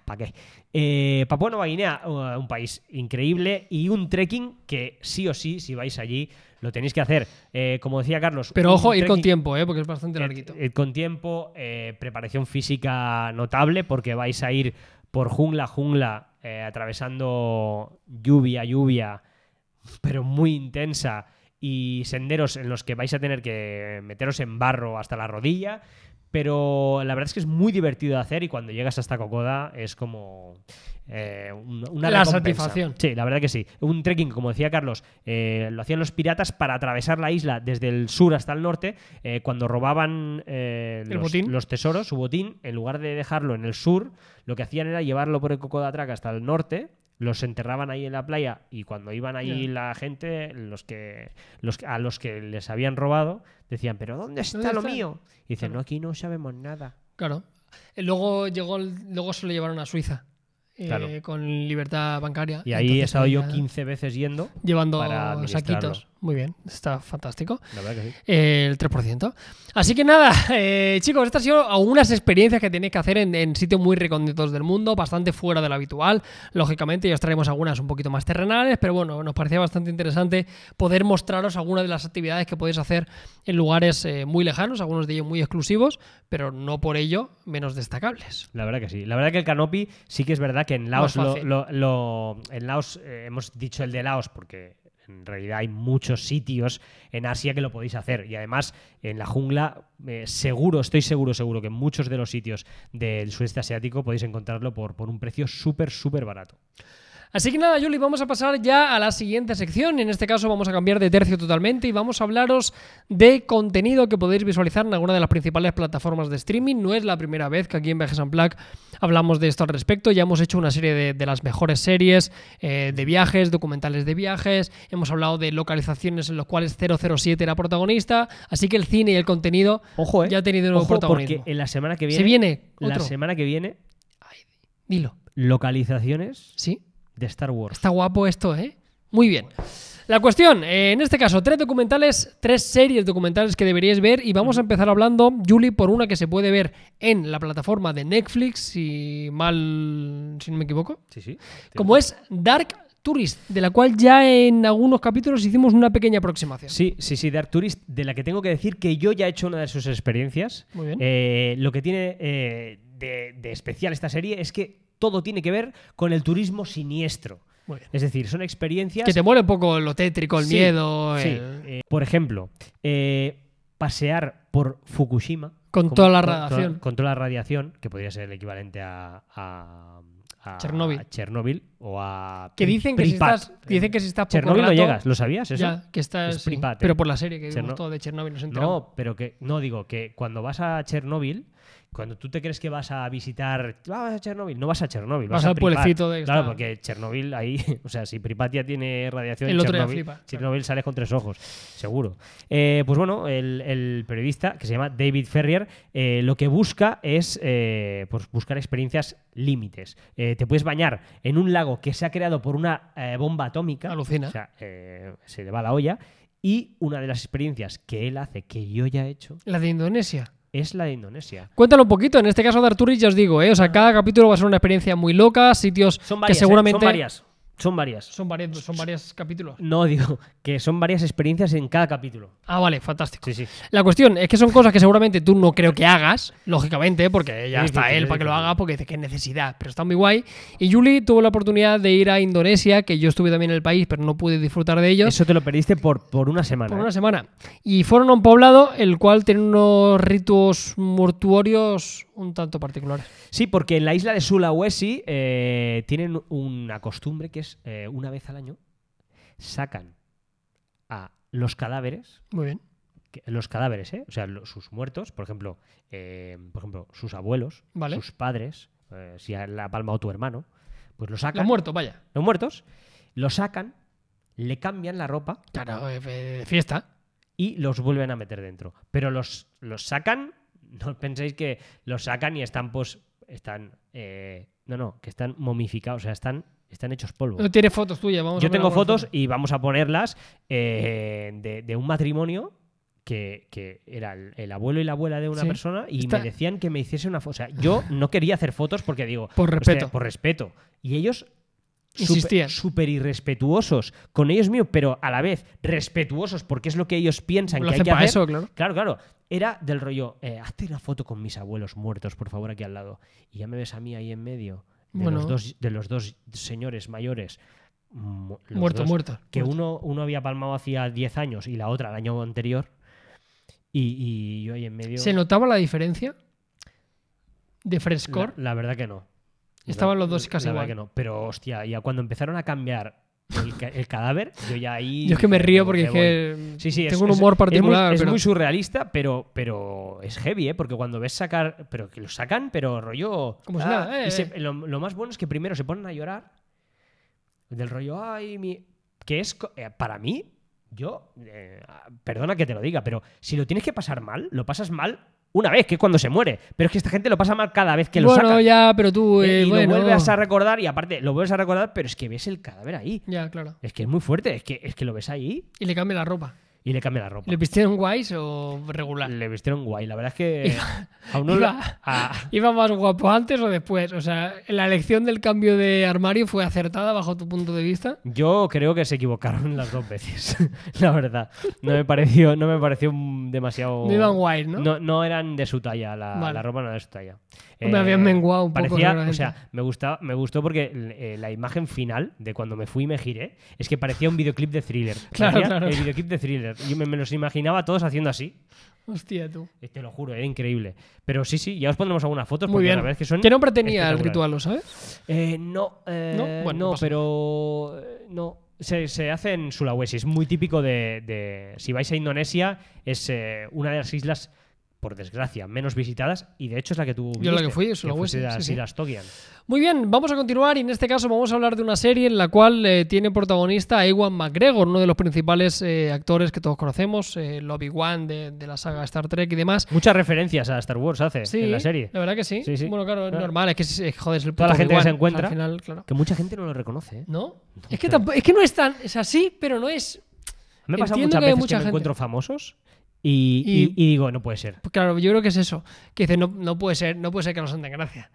[SPEAKER 1] ¿Para qué? Eh, Papua Nueva Guinea, uh, un país increíble y un trekking que sí o sí, si vais allí, lo tenéis que hacer. Eh, como decía Carlos.
[SPEAKER 2] Pero
[SPEAKER 1] un
[SPEAKER 2] ojo, ir con
[SPEAKER 1] trekking-
[SPEAKER 2] tiempo, ¿eh? porque es bastante larguito.
[SPEAKER 1] eh, eh, con tiempo, eh, preparación física notable, porque vais a ir por jungla, jungla, eh, atravesando lluvia, lluvia, pero muy intensa, y senderos en los que vais a tener que meteros en barro hasta la rodilla. Pero la verdad es que es muy divertido de hacer y cuando llegas hasta Cocoda es como eh, un- una
[SPEAKER 2] La
[SPEAKER 1] recompensa.
[SPEAKER 2] satisfacción.
[SPEAKER 1] Sí, la verdad que sí. Un trekking, como decía Carlos, eh, lo hacían los piratas para atravesar la isla desde el sur hasta el norte. eh, cuando robaban eh,
[SPEAKER 2] El
[SPEAKER 1] los,
[SPEAKER 2] botín.
[SPEAKER 1] los tesoros, su botín, en lugar de dejarlo en el sur, lo que hacían era llevarlo por el coco de atraca hasta el norte. Los enterraban ahí en la playa y cuando iban allí
[SPEAKER 2] Ya.
[SPEAKER 1] la gente, los que, los, que- a los que les habían robado, decían, pero ¿dónde está
[SPEAKER 2] ¿Dónde
[SPEAKER 1] lo
[SPEAKER 2] está?
[SPEAKER 1] mío? Y dicen,
[SPEAKER 2] Claro.
[SPEAKER 1] no, aquí no sabemos nada.
[SPEAKER 2] Claro. Eh, Luego, llegó, el- luego se lo llevaron a Suiza. eh,
[SPEAKER 1] Claro.
[SPEAKER 2] Con libertad bancaria.
[SPEAKER 1] Y ahí
[SPEAKER 2] Entonces,
[SPEAKER 1] he estado
[SPEAKER 2] pues,
[SPEAKER 1] yo
[SPEAKER 2] ya
[SPEAKER 1] 15 veces yendo. para
[SPEAKER 2] Llevando
[SPEAKER 1] administrarlo.
[SPEAKER 2] saquitos. Muy bien, está fantástico.
[SPEAKER 1] La verdad que sí.
[SPEAKER 2] Eh, El 3%. Así que nada, eh, chicos, estas han sido algunas experiencias que tenéis que hacer en, en sitios muy recónditos del mundo, bastante fuera de lo habitual. Lógicamente, ya os traemos algunas un poquito más terrenales, pero bueno, nos parecía bastante interesante poder mostraros algunas de las actividades que podéis hacer en lugares eh, muy lejanos, algunos de ellos muy exclusivos, pero no por ello menos destacables.
[SPEAKER 1] La verdad que sí. La verdad que el canopy sí que es verdad que en Laos,
[SPEAKER 2] Más
[SPEAKER 1] lo,
[SPEAKER 2] fácil.
[SPEAKER 1] lo- lo- en Laos eh, hemos dicho el de Laos porque en realidad hay muchos sitios en Asia que lo podéis hacer. Y además, en la jungla, eh, seguro, estoy seguro, seguro que en muchos de los sitios del sudeste asiático podéis encontrarlo por, por un precio súper, súper barato.
[SPEAKER 2] Así que nada, Juli, vamos a pasar ya a la siguiente sección. En este caso vamos a cambiar de tercio totalmente y vamos a hablaros de contenido que podéis visualizar en alguna de las principales plataformas de streaming. No es la primera vez que aquí en Viajes en Black hablamos de esto al respecto. Ya hemos hecho una serie de, de las mejores series eh, de viajes, documentales de viajes. Hemos hablado de localizaciones en las cuales 007 era protagonista. Así que el cine y el contenido
[SPEAKER 1] Ojo, eh.
[SPEAKER 2] ya ha tenido un nuevo
[SPEAKER 1] Ojo,
[SPEAKER 2] protagonismo.
[SPEAKER 1] porque en la semana que viene,
[SPEAKER 2] Se viene
[SPEAKER 1] la
[SPEAKER 2] otro.
[SPEAKER 1] semana que viene,
[SPEAKER 2] Dilo.
[SPEAKER 1] localizaciones
[SPEAKER 2] Sí.
[SPEAKER 1] de Star Wars.
[SPEAKER 2] Está guapo esto, ¿eh? Muy bien. La cuestión, eh, en este caso, tres documentales, tres series documentales que deberíais ver y vamos a empezar hablando, Julie, por una que se puede ver en la plataforma de Netflix, si mal, si no me equivoco,
[SPEAKER 1] Sí, sí.
[SPEAKER 2] como es Dark Tourist, de la cual ya en algunos capítulos hicimos una pequeña aproximación.
[SPEAKER 1] Sí, sí, sí, Dark Tourist, de la que tengo que decir que yo ya he hecho una de sus experiencias.
[SPEAKER 2] Muy bien.
[SPEAKER 1] Eh, lo que tiene eh, de, de especial esta serie es que todo tiene que ver con el turismo siniestro.
[SPEAKER 2] Muy bien.
[SPEAKER 1] Es decir, son experiencias.
[SPEAKER 2] Que te muere un poco lo tétrico, el
[SPEAKER 1] Sí,
[SPEAKER 2] miedo,
[SPEAKER 1] sí.
[SPEAKER 2] el-
[SPEAKER 1] Eh, por ejemplo, eh, pasear por Fukushima.
[SPEAKER 2] Con toda la radiación.
[SPEAKER 1] Con, toda la radiación, que podría ser el equivalente a. a- a
[SPEAKER 2] Chernóbil.
[SPEAKER 1] Chernóbil o a.
[SPEAKER 2] que
[SPEAKER 1] Pri-
[SPEAKER 2] dicen que, si
[SPEAKER 1] Pripat.
[SPEAKER 2] estás, dicen que si estás poco
[SPEAKER 1] Chernóbil no
[SPEAKER 2] rato-
[SPEAKER 1] llegas, ¿lo sabías eso?
[SPEAKER 2] ya, que estás,
[SPEAKER 1] Es
[SPEAKER 2] sí,
[SPEAKER 1] Pripat, ¿eh?
[SPEAKER 2] pero por la serie que vimos
[SPEAKER 1] Cherno-
[SPEAKER 2] todo de Chernobyl nos enteramos.
[SPEAKER 1] No, pero que no digo que cuando vas a Chernóbil, cuando tú te crees que vas a visitar, "Ah, vas a Chernóbil, no vas a Chernóbil, vas,
[SPEAKER 2] Vas
[SPEAKER 1] a
[SPEAKER 2] al
[SPEAKER 1] Pripat.
[SPEAKER 2] pueblecito de que
[SPEAKER 1] Claro,
[SPEAKER 2] está-
[SPEAKER 1] porque Chernóbil ahí, o sea, si Pripat ya tiene radiación,
[SPEAKER 2] El
[SPEAKER 1] en
[SPEAKER 2] otro ya
[SPEAKER 1] Chernóbil,
[SPEAKER 2] flipa, claro.
[SPEAKER 1] Chernóbil sales con tres ojos, seguro. Eh, pues bueno, el, el periodista que se llama David Ferrier, eh, lo que busca es eh, pues buscar experiencias límites. Eh, te puedes bañar en un lago que se ha creado por una eh, bomba atómica.
[SPEAKER 2] Alucina.
[SPEAKER 1] O sea, eh, se le va la olla. Y una de las experiencias que él hace, que yo ya he hecho,
[SPEAKER 2] La de Indonesia.
[SPEAKER 1] es la de Indonesia.
[SPEAKER 2] Cuéntalo un poquito, en este caso de Arturis ya os digo, ¿eh? o sea, cada capítulo va a ser una experiencia muy loca, sitios
[SPEAKER 1] Son varias.
[SPEAKER 2] que
[SPEAKER 1] ¿eh?
[SPEAKER 2] seguramente...
[SPEAKER 1] Son varias. Son varias.
[SPEAKER 2] Son varios, son varios capítulos.
[SPEAKER 1] No, digo, que son varias experiencias en cada capítulo.
[SPEAKER 2] Ah, vale, fantástico.
[SPEAKER 1] Sí, sí.
[SPEAKER 2] La cuestión es que son cosas que seguramente tú no creo que hagas, lógicamente, porque ya
[SPEAKER 1] Sí,
[SPEAKER 2] está
[SPEAKER 1] sí, sí,
[SPEAKER 2] él
[SPEAKER 1] sí,
[SPEAKER 2] para que lo
[SPEAKER 1] sí.
[SPEAKER 2] haga, porque dice que necesidad, pero está muy guay. Y Julie tuvo la oportunidad de ir a Indonesia, que yo estuve también en el país, pero no pude disfrutar de ellos.
[SPEAKER 1] Eso te lo perdiste por, por una semana.
[SPEAKER 2] Por
[SPEAKER 1] ¿eh?
[SPEAKER 2] una semana. Y fueron a un poblado el cual tiene unos ritos mortuorios un tanto particulares.
[SPEAKER 1] Sí, porque en la isla de Sulawesi eh, tienen una costumbre que es eh, una vez al año sacan a los cadáveres,
[SPEAKER 2] Muy bien.
[SPEAKER 1] que- los cadáveres, ¿eh? o sea, lo- sus muertos, por ejemplo, eh, por ejemplo, sus abuelos,
[SPEAKER 2] Vale.
[SPEAKER 1] sus padres, eh, si la ha palmado tu hermano, pues lo sacan.
[SPEAKER 2] Los muertos, vaya.
[SPEAKER 1] los muertos, lo sacan, le cambian la ropa
[SPEAKER 2] Claro, eh, de fiesta.
[SPEAKER 1] y los vuelven a meter dentro. Pero los, los sacan, no penséis que los sacan y están pues, están, eh, no, no, que están momificados, o sea, están, están hechos polvo.
[SPEAKER 2] No tienes fotos tuyas, vamos a
[SPEAKER 1] Yo
[SPEAKER 2] poner
[SPEAKER 1] tengo
[SPEAKER 2] alguna
[SPEAKER 1] fotos
[SPEAKER 2] foto.
[SPEAKER 1] y vamos a ponerlas eh, de, de un matrimonio que, que era el, el abuelo y la abuela de una
[SPEAKER 2] Sí.
[SPEAKER 1] persona y
[SPEAKER 2] Está-
[SPEAKER 1] me decían que me hiciese una foto. O sea, yo no quería hacer fotos porque digo...
[SPEAKER 2] Por
[SPEAKER 1] "Hostia,
[SPEAKER 2] respeto.
[SPEAKER 1] por respeto. Y ellos...
[SPEAKER 2] Insistían.
[SPEAKER 1] Súper irrespetuosos con ellos mismos, pero a la vez respetuosos porque es lo que ellos piensan
[SPEAKER 2] Lo
[SPEAKER 1] que hay
[SPEAKER 2] hacen
[SPEAKER 1] que
[SPEAKER 2] para
[SPEAKER 1] hacer.
[SPEAKER 2] eso, claro.
[SPEAKER 1] Claro, claro. Era del rollo, eh, hazte una foto con mis abuelos muertos, por favor, aquí al lado. Y ya me ves a mí ahí en medio de,
[SPEAKER 2] Bueno.
[SPEAKER 1] los, dos, de los dos señores mayores. mu- los
[SPEAKER 2] Muerto,
[SPEAKER 1] dos,
[SPEAKER 2] muerto.
[SPEAKER 1] Que
[SPEAKER 2] muerto.
[SPEAKER 1] uno, uno había palmado hacía 10 años y la otra el año anterior. Y, y yo ahí en medio.
[SPEAKER 2] ¿Se notaba la diferencia de
[SPEAKER 1] la,
[SPEAKER 2] frescor?
[SPEAKER 1] la verdad que no.
[SPEAKER 2] Estaban
[SPEAKER 1] La-
[SPEAKER 2] los dos casi
[SPEAKER 1] la verdad
[SPEAKER 2] igual.
[SPEAKER 1] que no. Pero hostia, ya cuando empezaron a cambiar el, ca- el cadáver, yo ya ahí.
[SPEAKER 2] Yo es que me
[SPEAKER 1] dije,
[SPEAKER 2] río
[SPEAKER 1] "Me
[SPEAKER 2] porque es
[SPEAKER 1] voy".
[SPEAKER 2] que
[SPEAKER 1] Sí, sí, es-
[SPEAKER 2] tengo un
[SPEAKER 1] es-
[SPEAKER 2] humor
[SPEAKER 1] es muy-
[SPEAKER 2] particular.
[SPEAKER 1] Es muy,
[SPEAKER 2] pero-
[SPEAKER 1] surrealista, pero, pero es heavy, ¿eh? Porque cuando ves sacar. Pero que lo sacan, pero rollo. ah,
[SPEAKER 2] Como si nada,
[SPEAKER 1] y
[SPEAKER 2] eh,
[SPEAKER 1] se-
[SPEAKER 2] eh.
[SPEAKER 1] lo, lo más bueno es que primero se ponen a llorar. Del rollo, ay, mi. Que es. co- eh, para mí, yo. eh, perdona que te lo diga, pero si lo tienes que pasar mal, lo pasas mal una vez, que es cuando se muere. Pero es que esta gente lo pasa mal cada vez que lo
[SPEAKER 2] bueno,
[SPEAKER 1] saca.
[SPEAKER 2] ya, pero tú...
[SPEAKER 1] Eh,
[SPEAKER 2] eh,
[SPEAKER 1] y
[SPEAKER 2] bueno.
[SPEAKER 1] lo vuelves a recordar, y aparte, lo vuelves a recordar, pero es que ves el cadáver ahí.
[SPEAKER 2] Ya, claro.
[SPEAKER 1] Es que es muy fuerte, es que, es que lo ves ahí
[SPEAKER 2] Y le cambia la ropa.
[SPEAKER 1] y le cambia la ropa.
[SPEAKER 2] ¿Le vistieron guays o regular?
[SPEAKER 1] Le vistieron guay. La verdad es que
[SPEAKER 2] Iba-
[SPEAKER 1] a uno
[SPEAKER 2] iba-
[SPEAKER 1] la- a-
[SPEAKER 2] ¿Iba más guapo antes o después? O sea, ¿la elección del cambio de armario fue acertada bajo tu punto de vista?
[SPEAKER 1] yo creo que se equivocaron las dos veces. la verdad. No me pareció, no me pareció mm, demasiado.
[SPEAKER 2] No iban guays, ¿no?
[SPEAKER 1] No, eran de su talla, la,
[SPEAKER 2] Vale.
[SPEAKER 1] la ropa no era de su talla. Eh,
[SPEAKER 2] Hombre, habían menguado un poco,
[SPEAKER 1] parecía, O
[SPEAKER 2] seguramente.
[SPEAKER 1] sea, me, gustaba, me gustó porque eh, la imagen final de cuando me fui y me giré es que parecía un videoclip de thriller.
[SPEAKER 2] Claro,
[SPEAKER 1] Parecía
[SPEAKER 2] claro.
[SPEAKER 1] El videoclip de thriller. Yo me, me los imaginaba todos haciendo así.
[SPEAKER 2] Hostia, tú.
[SPEAKER 1] Eh, Te lo juro, era increíble. Pero sí, sí, ya os pondremos algunas fotos
[SPEAKER 2] Muy
[SPEAKER 1] porque
[SPEAKER 2] bien.
[SPEAKER 1] la verdad es que son.
[SPEAKER 2] ¿Qué nombre tenía el
[SPEAKER 1] espectaculares.
[SPEAKER 2] ritual, lo sabes?
[SPEAKER 1] Eh, no, eh,
[SPEAKER 2] ¿No?
[SPEAKER 1] no,
[SPEAKER 2] Bueno, no pasa
[SPEAKER 1] pero eh, no. Se, se hace en Sulawesi, es muy típico de, de- Si vais a Indonesia, es eh, una de las islas, por desgracia, menos visitadas y de hecho es la que tú.
[SPEAKER 2] Yo la que
[SPEAKER 1] viniste,
[SPEAKER 2] fui, Sulawesi,
[SPEAKER 1] fuiste a
[SPEAKER 2] sí,
[SPEAKER 1] las
[SPEAKER 2] sí.
[SPEAKER 1] Islas Togian.
[SPEAKER 2] Muy bien, vamos a continuar y en este caso vamos a hablar de una serie en la cual eh, tiene protagonista a Ewan McGregor, uno de los principales eh, actores que todos conocemos, eh, Lobby One de, de la saga Star Trek y demás.
[SPEAKER 1] Muchas referencias a Star Wars hace
[SPEAKER 2] Sí, Eh.
[SPEAKER 1] en la serie.
[SPEAKER 2] verdad que sí.
[SPEAKER 1] Sí, sí.
[SPEAKER 2] Bueno, claro, es
[SPEAKER 1] Claro.
[SPEAKER 2] normal, es que es- es- joder, es el
[SPEAKER 1] Toda la
[SPEAKER 2] puto
[SPEAKER 1] gente que
[SPEAKER 2] Obi-Wan,
[SPEAKER 1] se encuentra.
[SPEAKER 2] Al final, claro.
[SPEAKER 1] Que mucha gente no lo reconoce. ¿eh?
[SPEAKER 2] ¿No? Es que, tampoco- es que no es tan. Es así, pero no es.
[SPEAKER 1] Me ha pasado
[SPEAKER 2] Entiendo
[SPEAKER 1] muchas
[SPEAKER 2] que hay
[SPEAKER 1] veces
[SPEAKER 2] mucha
[SPEAKER 1] que
[SPEAKER 2] gente.
[SPEAKER 1] me encuentro famosos y,
[SPEAKER 2] Y-
[SPEAKER 1] y- y digo, no puede ser.
[SPEAKER 2] Pues claro, yo creo que es eso. Que dice, no, no puede ser, no puede ser que no sean tan gracia.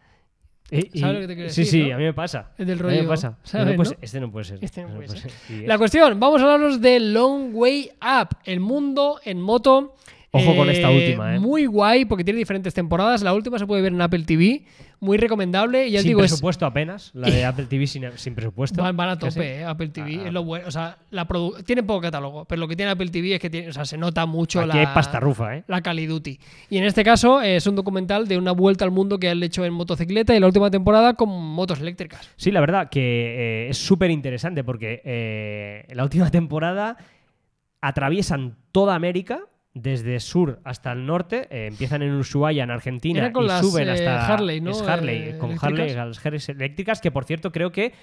[SPEAKER 1] Y- y-
[SPEAKER 2] ¿Sabes lo que te quiero
[SPEAKER 1] sí,
[SPEAKER 2] decir,
[SPEAKER 1] sí,
[SPEAKER 2] no?
[SPEAKER 1] a mí me pasa.
[SPEAKER 2] Es del
[SPEAKER 1] A mí me
[SPEAKER 2] rollo,
[SPEAKER 1] pasa.
[SPEAKER 2] ¿sabes,
[SPEAKER 1] No puede
[SPEAKER 2] no?
[SPEAKER 1] ser- Este no puede ser.
[SPEAKER 2] Este no puede ser.
[SPEAKER 1] Y-
[SPEAKER 2] La cuestión, vamos a hablaros de Long Way Up, el mundo en moto.
[SPEAKER 1] Ojo con esta última, ¿eh?
[SPEAKER 2] Muy guay porque tiene diferentes temporadas. La última se puede ver en Apple TV, muy recomendable. Y ya os
[SPEAKER 1] sin
[SPEAKER 2] digo, es,
[SPEAKER 1] presupuesto apenas. La de Apple TV sin, sin presupuesto.
[SPEAKER 2] Van, van a
[SPEAKER 1] Casi.
[SPEAKER 2] tope, eh, Apple TV.
[SPEAKER 1] Ah.
[SPEAKER 2] es lo bueno. O sea, la produ- tienen poco catálogo, pero lo que tiene Apple TV es que tiene, o sea, se nota mucho
[SPEAKER 1] Aquí
[SPEAKER 2] la.
[SPEAKER 1] hay pasta rufa, ¿eh?
[SPEAKER 2] La Caliduti. Y en este caso eh, es un documental de una vuelta al mundo que han hecho en motocicleta y la última temporada con motos eléctricas.
[SPEAKER 1] Sí, la verdad que eh, es súper interesante porque eh, la última temporada atraviesan toda América, desde sur hasta el norte, eh, empiezan en Ushuaia, en Argentina,
[SPEAKER 2] Era con
[SPEAKER 1] y
[SPEAKER 2] las,
[SPEAKER 1] suben
[SPEAKER 2] eh,
[SPEAKER 1] hasta
[SPEAKER 2] Harley, ¿no?
[SPEAKER 1] es Harley,
[SPEAKER 2] Eh,
[SPEAKER 1] con
[SPEAKER 2] eléctricas.
[SPEAKER 1] Harley, las Harleys eléctricas, que por cierto creo que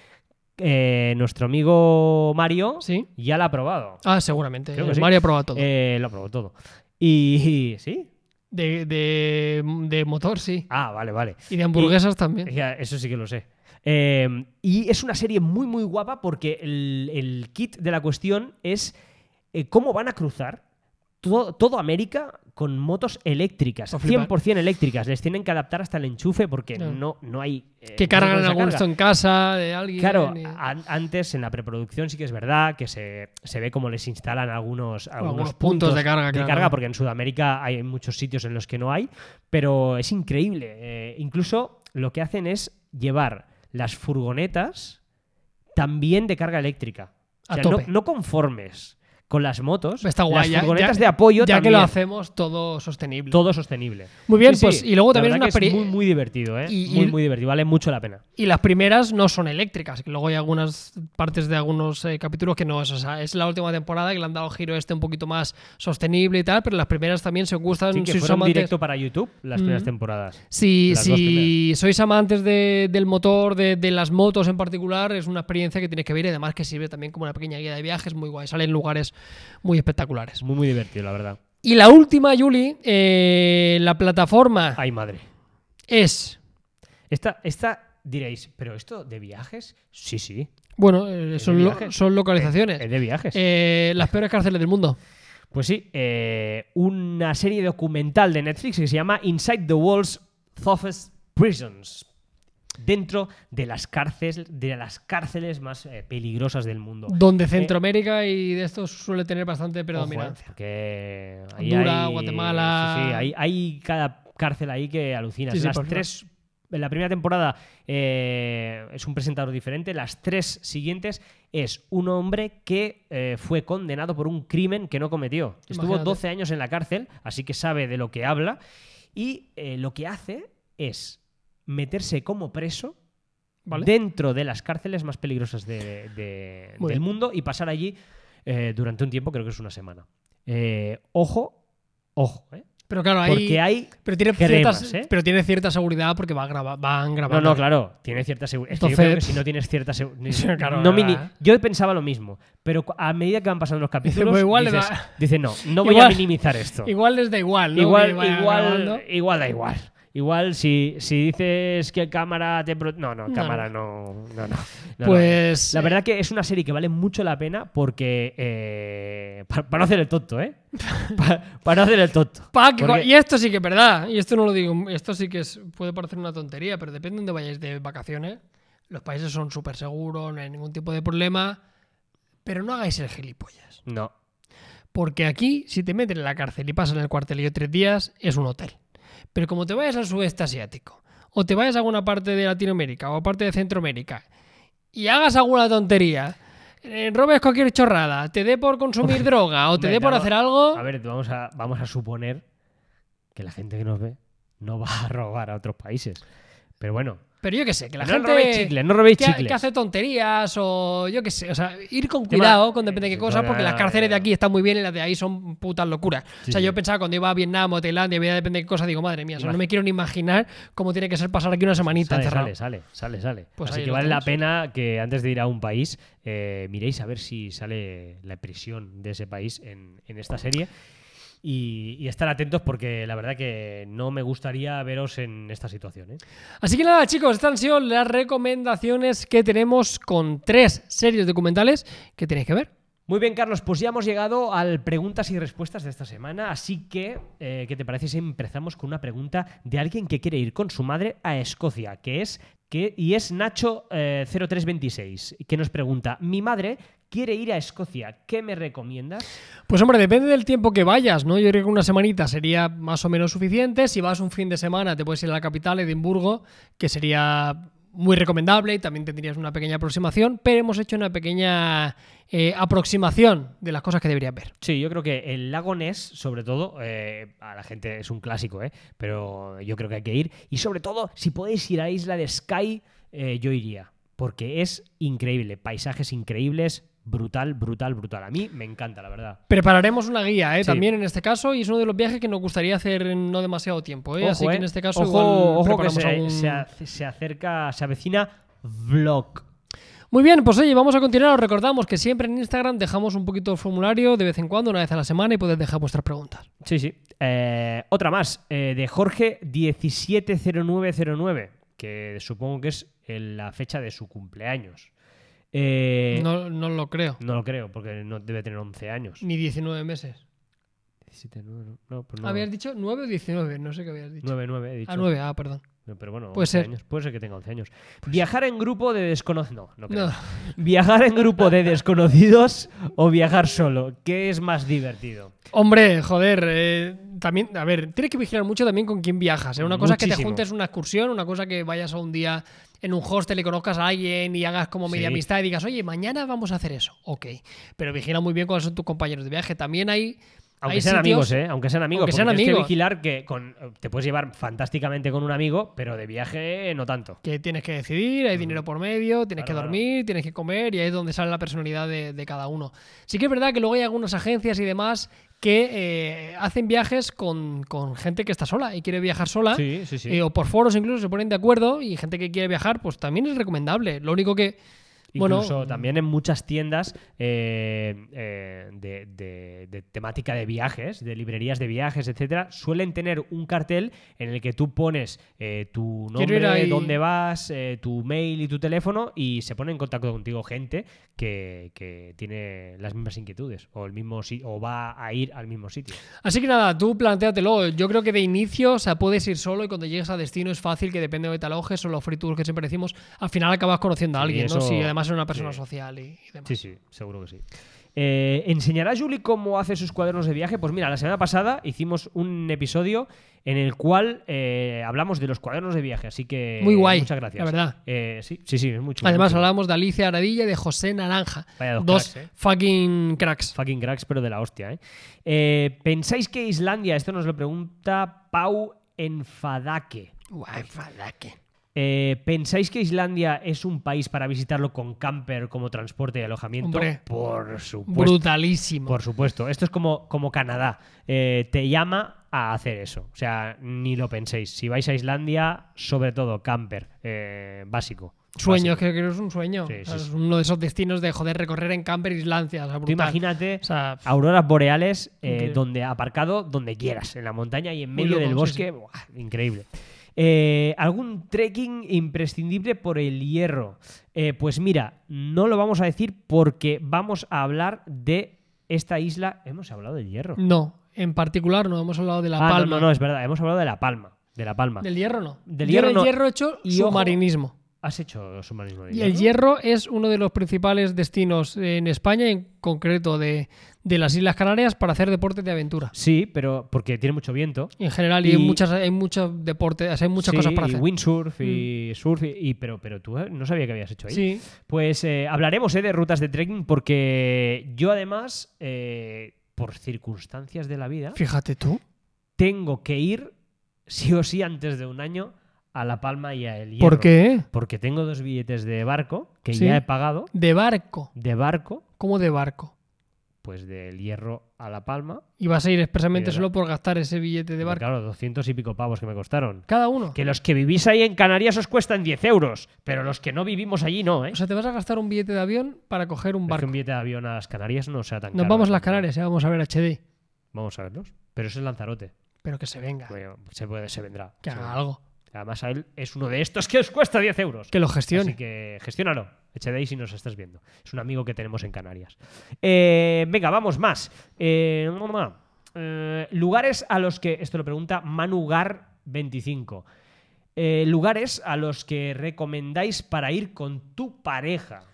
[SPEAKER 1] eh, nuestro amigo Mario
[SPEAKER 2] ¿Sí?
[SPEAKER 1] ya la ha probado.
[SPEAKER 2] Ah, seguramente.
[SPEAKER 1] Creo que
[SPEAKER 2] El
[SPEAKER 1] sí.
[SPEAKER 2] Mario ha probado todo.
[SPEAKER 1] Eh, lo ha probado todo. Y, y- sí.
[SPEAKER 2] de, de- de motor, sí.
[SPEAKER 1] Ah, vale, vale.
[SPEAKER 2] Y de hamburguesas también.
[SPEAKER 1] Ya, Eso sí que lo sé. Eh, y es una serie muy, muy guapa porque el, el kit de la cuestión es eh, cómo van a cruzar todo, todo América con motos eléctricas,
[SPEAKER 2] A flipar.
[SPEAKER 1] 100% eléctricas. Les tienen que adaptar hasta el enchufe porque
[SPEAKER 2] Pues Claro.
[SPEAKER 1] no, no hay... eh,
[SPEAKER 2] Que
[SPEAKER 1] no
[SPEAKER 2] cargan
[SPEAKER 1] hay
[SPEAKER 2] en
[SPEAKER 1] esa
[SPEAKER 2] algún
[SPEAKER 1] carga.
[SPEAKER 2] esto en casa de alguien.
[SPEAKER 1] Claro,
[SPEAKER 2] y-
[SPEAKER 1] an- antes en la preproducción sí que es verdad que se, se ve cómo les instalan algunos, algunos,
[SPEAKER 2] Algunos puntos de carga, claro.
[SPEAKER 1] porque en Sudamérica hay muchos sitios en los que no hay, pero es increíble. Eh, incluso lo que hacen es llevar las furgonetas también de carga eléctrica.
[SPEAKER 2] A
[SPEAKER 1] no-
[SPEAKER 2] tope.
[SPEAKER 1] No, conformes con las motos,
[SPEAKER 2] Está guay, ya-
[SPEAKER 1] las furgonetas
[SPEAKER 2] ya-
[SPEAKER 1] de apoyo
[SPEAKER 2] ya que
[SPEAKER 1] también,
[SPEAKER 2] lo hacemos todo sostenible.
[SPEAKER 1] todo sostenible.
[SPEAKER 2] Muy bien,
[SPEAKER 1] Sí, sí,
[SPEAKER 2] pues, y luego
[SPEAKER 1] la
[SPEAKER 2] también es
[SPEAKER 1] verdad
[SPEAKER 2] una
[SPEAKER 1] que
[SPEAKER 2] experiencia.
[SPEAKER 1] muy, muy divertido, ¿eh?
[SPEAKER 2] Y- y-
[SPEAKER 1] muy, muy divertido, vale mucho la pena.
[SPEAKER 2] Y las primeras no son eléctricas, que luego hay algunas partes de algunos eh, capítulos que no es. O sea, es la última temporada que le han dado giro este un poquito más sostenible y tal, pero las primeras también se gustan
[SPEAKER 1] Así que
[SPEAKER 2] si sois
[SPEAKER 1] fueron
[SPEAKER 2] amantes-
[SPEAKER 1] directo para YouTube las primeras
[SPEAKER 2] Mm.
[SPEAKER 1] temporadas.
[SPEAKER 2] Si,
[SPEAKER 1] las
[SPEAKER 2] si
[SPEAKER 1] dos primeras.
[SPEAKER 2] sois amantes de- del motor, de, de las motos en particular, es una experiencia que tienes que ver y además que sirve también como una pequeña guía de viajes muy guay. Salen lugares muy espectaculares.
[SPEAKER 1] Es muy, muy divertido, la verdad.
[SPEAKER 2] Y la última, Yuli, eh, la plataforma
[SPEAKER 1] Ay, madre.
[SPEAKER 2] es.
[SPEAKER 1] Esta, esta diréis, ¿pero esto de viajes? Sí, sí.
[SPEAKER 2] Bueno, eh, son, lo-
[SPEAKER 1] viajes?
[SPEAKER 2] son localizaciones.
[SPEAKER 1] Es de viajes.
[SPEAKER 2] Eh, las peores cárceles del mundo.
[SPEAKER 1] Pues sí, eh, una serie documental de Netflix que se llama Inside the Walls Toughest Prisons. Dentro de las cárceles, de las cárceles más eh, peligrosas del mundo.
[SPEAKER 2] Donde Centroamérica y de estos suele tener bastante predominancia.
[SPEAKER 1] eh, Porque
[SPEAKER 2] Honduras, Guatemala.
[SPEAKER 1] Sí, sí, hay, hay cada cárcel ahí que alucinas.
[SPEAKER 2] Sí, sí,
[SPEAKER 1] las
[SPEAKER 2] por
[SPEAKER 1] tres. En la primera temporada eh, es un presentador diferente. Las tres siguientes es un hombre que eh, fue condenado por un crimen que no cometió. Estuvo
[SPEAKER 2] Imagínate.
[SPEAKER 1] 12 años en la cárcel, así que sabe de lo que habla. Y eh, lo que hace es meterse como preso
[SPEAKER 2] ¿Vale?
[SPEAKER 1] dentro de las cárceles más peligrosas de- de-
[SPEAKER 2] Muy
[SPEAKER 1] del
[SPEAKER 2] bien.
[SPEAKER 1] mundo y pasar allí eh, durante un tiempo, creo que es una semana. Eh, ojo, ojo, ¿eh?
[SPEAKER 2] Pero claro, ahí.
[SPEAKER 1] porque hay...
[SPEAKER 2] Pero tiene,
[SPEAKER 1] cremas,
[SPEAKER 2] ciertas-
[SPEAKER 1] ¿eh?
[SPEAKER 2] pero tiene cierta seguridad porque va graba- van
[SPEAKER 1] No,
[SPEAKER 2] grabando.
[SPEAKER 1] no, claro, tiene cierta seguridad. yo creo que
[SPEAKER 2] Entonces-
[SPEAKER 1] si no tienes cierta
[SPEAKER 2] Sí,
[SPEAKER 1] seguridad...
[SPEAKER 2] claro,
[SPEAKER 1] no,
[SPEAKER 2] nada.
[SPEAKER 1] mini- yo pensaba lo mismo, pero cu- a medida que van pasando los capítulos,
[SPEAKER 2] pues igual le
[SPEAKER 1] dices,
[SPEAKER 2] da-
[SPEAKER 1] dices, no, no voy
[SPEAKER 2] Igual-
[SPEAKER 1] a minimizar esto.
[SPEAKER 2] Igual les da igual, ¿no?
[SPEAKER 1] igual,
[SPEAKER 2] Que vayan
[SPEAKER 1] igual, eh,
[SPEAKER 2] grabando.
[SPEAKER 1] igual da igual. Igual si, si dices que cámara te... pro- No, no, cámara no. no, no, no, no.
[SPEAKER 2] Pues,
[SPEAKER 1] La
[SPEAKER 2] eh,
[SPEAKER 1] verdad que es una serie que vale mucho la pena porque... eh, pa- para, no hacer el tonto, ¿eh? Pa- Para, no hacer el tonto.
[SPEAKER 2] Pa, que cua-
[SPEAKER 1] Porque-
[SPEAKER 2] Y esto sí que es verdad, y esto no lo digo, esto sí que es- puede parecer una tontería, pero depende de dónde vayáis de vacaciones. Los países son súper seguros, no hay ningún tipo de problema, pero no hagáis el gilipollas.
[SPEAKER 1] No.
[SPEAKER 2] Porque aquí, si te meten en la cárcel y pasan el cuartelillo tres días, es un hotel. Pero como te vayas al sudeste asiático, o te vayas a alguna parte de Latinoamérica, o parte de Centroamérica, y hagas alguna tontería, eh, robes cualquier chorrada, te dé por consumir droga, o te
[SPEAKER 1] Hombre,
[SPEAKER 2] dé por
[SPEAKER 1] claro.
[SPEAKER 2] hacer algo...
[SPEAKER 1] A ver, vamos a, vamos a suponer que la gente que nos ve no va a robar a otros países. Pero bueno,
[SPEAKER 2] Pero yo qué sé, que la
[SPEAKER 1] no
[SPEAKER 2] gente...
[SPEAKER 1] robéis chicles, no robéis
[SPEAKER 2] que,
[SPEAKER 1] chicles.
[SPEAKER 2] que hace tonterías o yo qué sé. O sea, ir con
[SPEAKER 1] Tema-
[SPEAKER 2] cuidado con depende de
[SPEAKER 1] eh,
[SPEAKER 2] qué cosas, porque las
[SPEAKER 1] ya,
[SPEAKER 2] cárceles de
[SPEAKER 1] ya.
[SPEAKER 2] aquí están muy bien y las de ahí son putas locuras.
[SPEAKER 1] Sí,
[SPEAKER 2] o sea,
[SPEAKER 1] sí.
[SPEAKER 2] yo pensaba cuando iba a Vietnam o Tailandia, veía depende de qué cosa, digo, madre mía, o sea, no me quiero ni imaginar cómo tiene que ser pasar aquí una semanita
[SPEAKER 1] Sale,
[SPEAKER 2] encerrado.
[SPEAKER 1] sale, sale, sale, sale.
[SPEAKER 2] Pues
[SPEAKER 1] Así
[SPEAKER 2] ahí
[SPEAKER 1] que
[SPEAKER 2] lo
[SPEAKER 1] vale la
[SPEAKER 2] tenéis.
[SPEAKER 1] pena que antes de ir a un país eh, miréis a ver si sale la prisión de ese país en, en esta serie. Y, y estar atentos porque la verdad que no me gustaría veros en esta situación. ¿eh?
[SPEAKER 2] Así que nada, chicos, estas han sido las recomendaciones que tenemos con tres series documentales que tenéis que ver.
[SPEAKER 1] Muy bien, Carlos, pues ya hemos llegado al preguntas y respuestas de esta semana. Así que, eh, ¿qué te parece si empezamos con una pregunta de alguien que quiere ir con su madre a Escocia? Que es, que, y es eh, Nacho0326, que nos pregunta: Mi madre quiere ir a Escocia, ¿qué me recomiendas?
[SPEAKER 2] Pues hombre, depende del tiempo que vayas, ¿no? Yo creo que una semanita sería más o menos suficiente. Si vas un fin de semana, te puedes ir a la capital, Edimburgo, que sería muy recomendable y también tendrías una pequeña aproximación, pero hemos hecho una pequeña eh, aproximación de las cosas que deberías ver.
[SPEAKER 1] Sí, yo creo que el lago Ness, sobre todo, eh, a la gente es un clásico, ¿eh? pero yo creo que hay que ir. Y sobre todo, si podéis ir a la isla de Sky, eh, yo iría, porque es increíble, paisajes increíbles, brutal, brutal, brutal. A mí me encanta, la verdad.
[SPEAKER 2] Prepararemos una guía, ¿eh?
[SPEAKER 1] Sí.
[SPEAKER 2] También en este caso, y es uno de los viajes que nos gustaría hacer en no demasiado tiempo, ¿eh? Así
[SPEAKER 1] Ojo,
[SPEAKER 2] que
[SPEAKER 1] ¿eh?
[SPEAKER 2] en este caso
[SPEAKER 1] ojo,
[SPEAKER 2] igual
[SPEAKER 1] ojo que
[SPEAKER 2] preparamos
[SPEAKER 1] se,
[SPEAKER 2] algún-
[SPEAKER 1] se ac- se acerca, se avecina vlog.
[SPEAKER 2] Muy bien, pues oye, vamos a continuar. Os recordamos que siempre en Instagram dejamos un poquito el formulario de vez en cuando, una vez a la semana, y podéis dejar vuestras preguntas.
[SPEAKER 1] Sí, sí. Eh, otra más, eh, de Jorge 170909, que supongo que es el- la fecha de su cumpleaños. Eh, no.
[SPEAKER 2] No, Mm. no lo creo.
[SPEAKER 1] lo creo, porque no debe tener 11 años.
[SPEAKER 2] Ni 19 meses.
[SPEAKER 1] 17, no, no, no, pues no.
[SPEAKER 2] Habías dicho 9 o 19, no sé qué habías dicho.
[SPEAKER 1] 9, 9, he dicho.
[SPEAKER 2] Ah, 9, ah, perdón.
[SPEAKER 1] No, Pero bueno,
[SPEAKER 2] Puede
[SPEAKER 1] 11
[SPEAKER 2] ser.
[SPEAKER 1] años. Puede ser que tenga 11 años. viajar en grupo de desconocidos. No, no creo.
[SPEAKER 2] No.
[SPEAKER 1] Viajar en grupo de desconocidos o viajar solo. ¿Qué es más divertido?
[SPEAKER 2] Hombre, joder, eh, también, a ver, tienes que vigilar mucho también con quién viajas. ¿eh? Una cosa es que te
[SPEAKER 1] Muchísimo.
[SPEAKER 2] juntes en una excursión, una cosa que vayas a un día en un hostel y conozcas a alguien y hagas como media
[SPEAKER 1] Sí.
[SPEAKER 2] amistad y digas, oye, mañana vamos a hacer eso. Ok, pero vigila muy bien cuáles son tus compañeros de viaje. También hay...
[SPEAKER 1] Aunque
[SPEAKER 2] hay
[SPEAKER 1] sean amigos,
[SPEAKER 2] sitios-
[SPEAKER 1] ¿eh? Aunque sean amigos.
[SPEAKER 2] Aunque
[SPEAKER 1] porque
[SPEAKER 2] sean
[SPEAKER 1] tienes
[SPEAKER 2] amigos.
[SPEAKER 1] que vigilar que con, te puedes llevar fantásticamente con un amigo, pero de viaje eh, no tanto.
[SPEAKER 2] que tienes que decidir, hay dinero por medio, tienes
[SPEAKER 1] Claro, claro.
[SPEAKER 2] que dormir, tienes que comer y ahí es donde sale la personalidad de, de cada uno. Sí que es verdad que luego hay algunas agencias y demás que eh, hacen viajes con, con gente que está sola y quiere viajar sola.
[SPEAKER 1] Sí, sí, sí.
[SPEAKER 2] eh, o por foros incluso se ponen de acuerdo y gente que quiere viajar, pues también es recomendable. Lo único que...
[SPEAKER 1] Incluso
[SPEAKER 2] bueno,
[SPEAKER 1] también en muchas tiendas eh, eh, de, de- de temática de viajes, de librerías de viajes, etcétera, suelen tener un cartel en el que tú pones eh, tu
[SPEAKER 2] Quiero ir
[SPEAKER 1] nombre,
[SPEAKER 2] ahí.
[SPEAKER 1] dónde vas, eh, tu mail y tu teléfono y se pone en contacto contigo gente que, que tiene las mismas inquietudes o el mismo si- o va a ir al mismo sitio.
[SPEAKER 2] Así que nada, tú planteatelo. Yo creo que de inicio, o sea, puedes ir solo y cuando llegues a destino es fácil que depende de talojes o los free tours que siempre decimos, al final acabas conociendo a
[SPEAKER 1] Sí,
[SPEAKER 2] alguien, ¿no?
[SPEAKER 1] eso-
[SPEAKER 2] Si además eres una persona
[SPEAKER 1] sí.
[SPEAKER 2] social y, y demás.
[SPEAKER 1] Sí, sí, seguro que sí. Eh, ¿Enseñará Julie cómo hace sus cuadernos de viaje? Pues mira, la semana pasada hicimos un episodio en el cual eh, hablamos de los cuadernos de viaje, así que
[SPEAKER 2] Muy guay,
[SPEAKER 1] muchas gracias.
[SPEAKER 2] la verdad.
[SPEAKER 1] Eh, sí, sí, sí, es mucho.
[SPEAKER 2] Además, hablábamos de Alicia Aradilla y de José Naranja.
[SPEAKER 1] Vaya dos cracks, ¿eh?
[SPEAKER 2] fucking cracks.
[SPEAKER 1] Fucking cracks, pero de la hostia, ¿eh? Eh, pensáis que Islandia? Esto nos lo pregunta Pau Enfadaque.
[SPEAKER 2] Guay, falaque.
[SPEAKER 1] Eh, ¿Pensáis que Islandia es un país para visitarlo con camper como transporte y alojamiento?
[SPEAKER 2] Hombre.
[SPEAKER 1] Por supuesto.
[SPEAKER 2] Brutalísimo.
[SPEAKER 1] Por supuesto, esto es como, como Canadá. Eh, te llama a hacer eso. O sea, ni lo penséis. Si vais a Islandia, sobre todo camper, eh, básico.
[SPEAKER 2] Sueño,
[SPEAKER 1] Básico.
[SPEAKER 2] creo que es un sueño.
[SPEAKER 1] Sí,
[SPEAKER 2] O sea,
[SPEAKER 1] sí,
[SPEAKER 2] Es
[SPEAKER 1] sí.
[SPEAKER 2] uno de esos destinos de joder recorrer en camper Islandia. O sea,
[SPEAKER 1] Tú
[SPEAKER 2] brutal.
[SPEAKER 1] imagínate
[SPEAKER 2] O sea,
[SPEAKER 1] auroras boreales eh,
[SPEAKER 2] Increíble.
[SPEAKER 1] donde aparcado donde quieras, en la montaña y en medio
[SPEAKER 2] loco,
[SPEAKER 1] del
[SPEAKER 2] sí,
[SPEAKER 1] bosque.
[SPEAKER 2] sí.
[SPEAKER 1] Buah, increíble. Eh, ¿Algún trekking imprescindible por el hierro? Eh, pues mira, no lo vamos a decir porque vamos a hablar de esta isla. Hemos hablado del hierro.
[SPEAKER 2] No, en particular no, hemos hablado de La
[SPEAKER 1] Ah, no,
[SPEAKER 2] Palma.
[SPEAKER 1] no, no, es verdad. Hemos hablado de La Palma. De La Palma.
[SPEAKER 2] Del hierro no.
[SPEAKER 1] Del
[SPEAKER 2] Yo
[SPEAKER 1] hierro
[SPEAKER 2] el
[SPEAKER 1] no.
[SPEAKER 2] hierro he hecho
[SPEAKER 1] Y ojo.
[SPEAKER 2] submarinismo.
[SPEAKER 1] ¿Has hecho submarinismo? de
[SPEAKER 2] Y el
[SPEAKER 1] hierro?
[SPEAKER 2] hierro es uno de los principales destinos en España, en concreto de, de las Islas Canarias, para hacer deportes de aventura.
[SPEAKER 1] Sí, pero porque tiene mucho viento.
[SPEAKER 2] En general, y, hay
[SPEAKER 1] Y-
[SPEAKER 2] muchas, hay muchos deportes, hay muchas
[SPEAKER 1] Sí,
[SPEAKER 2] cosas para
[SPEAKER 1] y
[SPEAKER 2] hacer. Mm.
[SPEAKER 1] windsurf y surf, y, y- pero, pero tú eh, no sabía que habías hecho ahí.
[SPEAKER 2] Sí.
[SPEAKER 1] Pues eh, hablaremos eh, de rutas de trekking porque yo además, eh, por circunstancias de la vida,
[SPEAKER 2] Fíjate tú.
[SPEAKER 1] tengo que ir sí o sí antes de un año a La Palma y a El Hierro.
[SPEAKER 2] ¿Por qué?
[SPEAKER 1] Porque tengo dos billetes de barco que
[SPEAKER 2] Sí.
[SPEAKER 1] ya he pagado,
[SPEAKER 2] De barco.
[SPEAKER 1] de barco,
[SPEAKER 2] ¿Cómo de barco?
[SPEAKER 1] pues del Hierro a La Palma.
[SPEAKER 2] Y vas a ir expresamente
[SPEAKER 1] De
[SPEAKER 2] solo por gastar ese billete de
[SPEAKER 1] Pero
[SPEAKER 2] barco.
[SPEAKER 1] Claro, 200 y pico pavos que me costaron.
[SPEAKER 2] Cada uno.
[SPEAKER 1] Que los que vivís ahí en Canarias os cuestan 10 euros, pero los que no vivimos allí no, ¿eh?
[SPEAKER 2] O sea, te vas a gastar un billete de avión para coger un
[SPEAKER 1] Es que
[SPEAKER 2] barco.
[SPEAKER 1] un billete de avión a las Canarias no sea tan
[SPEAKER 2] Nos
[SPEAKER 1] caro.
[SPEAKER 2] vamos a las Canarias, ya vamos a ver HD.
[SPEAKER 1] Vamos a verlos. Pero eso es Lanzarote.
[SPEAKER 2] Pero que se venga,
[SPEAKER 1] Bueno, se, puede, se vendrá.
[SPEAKER 2] que
[SPEAKER 1] Se
[SPEAKER 2] haga
[SPEAKER 1] vendrá.
[SPEAKER 2] algo.
[SPEAKER 1] Además, a él es uno de estos que os cuesta 10 euros.
[SPEAKER 2] Que lo
[SPEAKER 1] Así
[SPEAKER 2] gestione.
[SPEAKER 1] que gestiónalo. Echadéis si nos estás viendo. Es un amigo que tenemos en Canarias. Eh, venga, vamos más. Eh, mamá, eh, lugares a los que. Esto lo pregunta Manugar25. Eh, lugares a los que recomendáis para ir con tu pareja.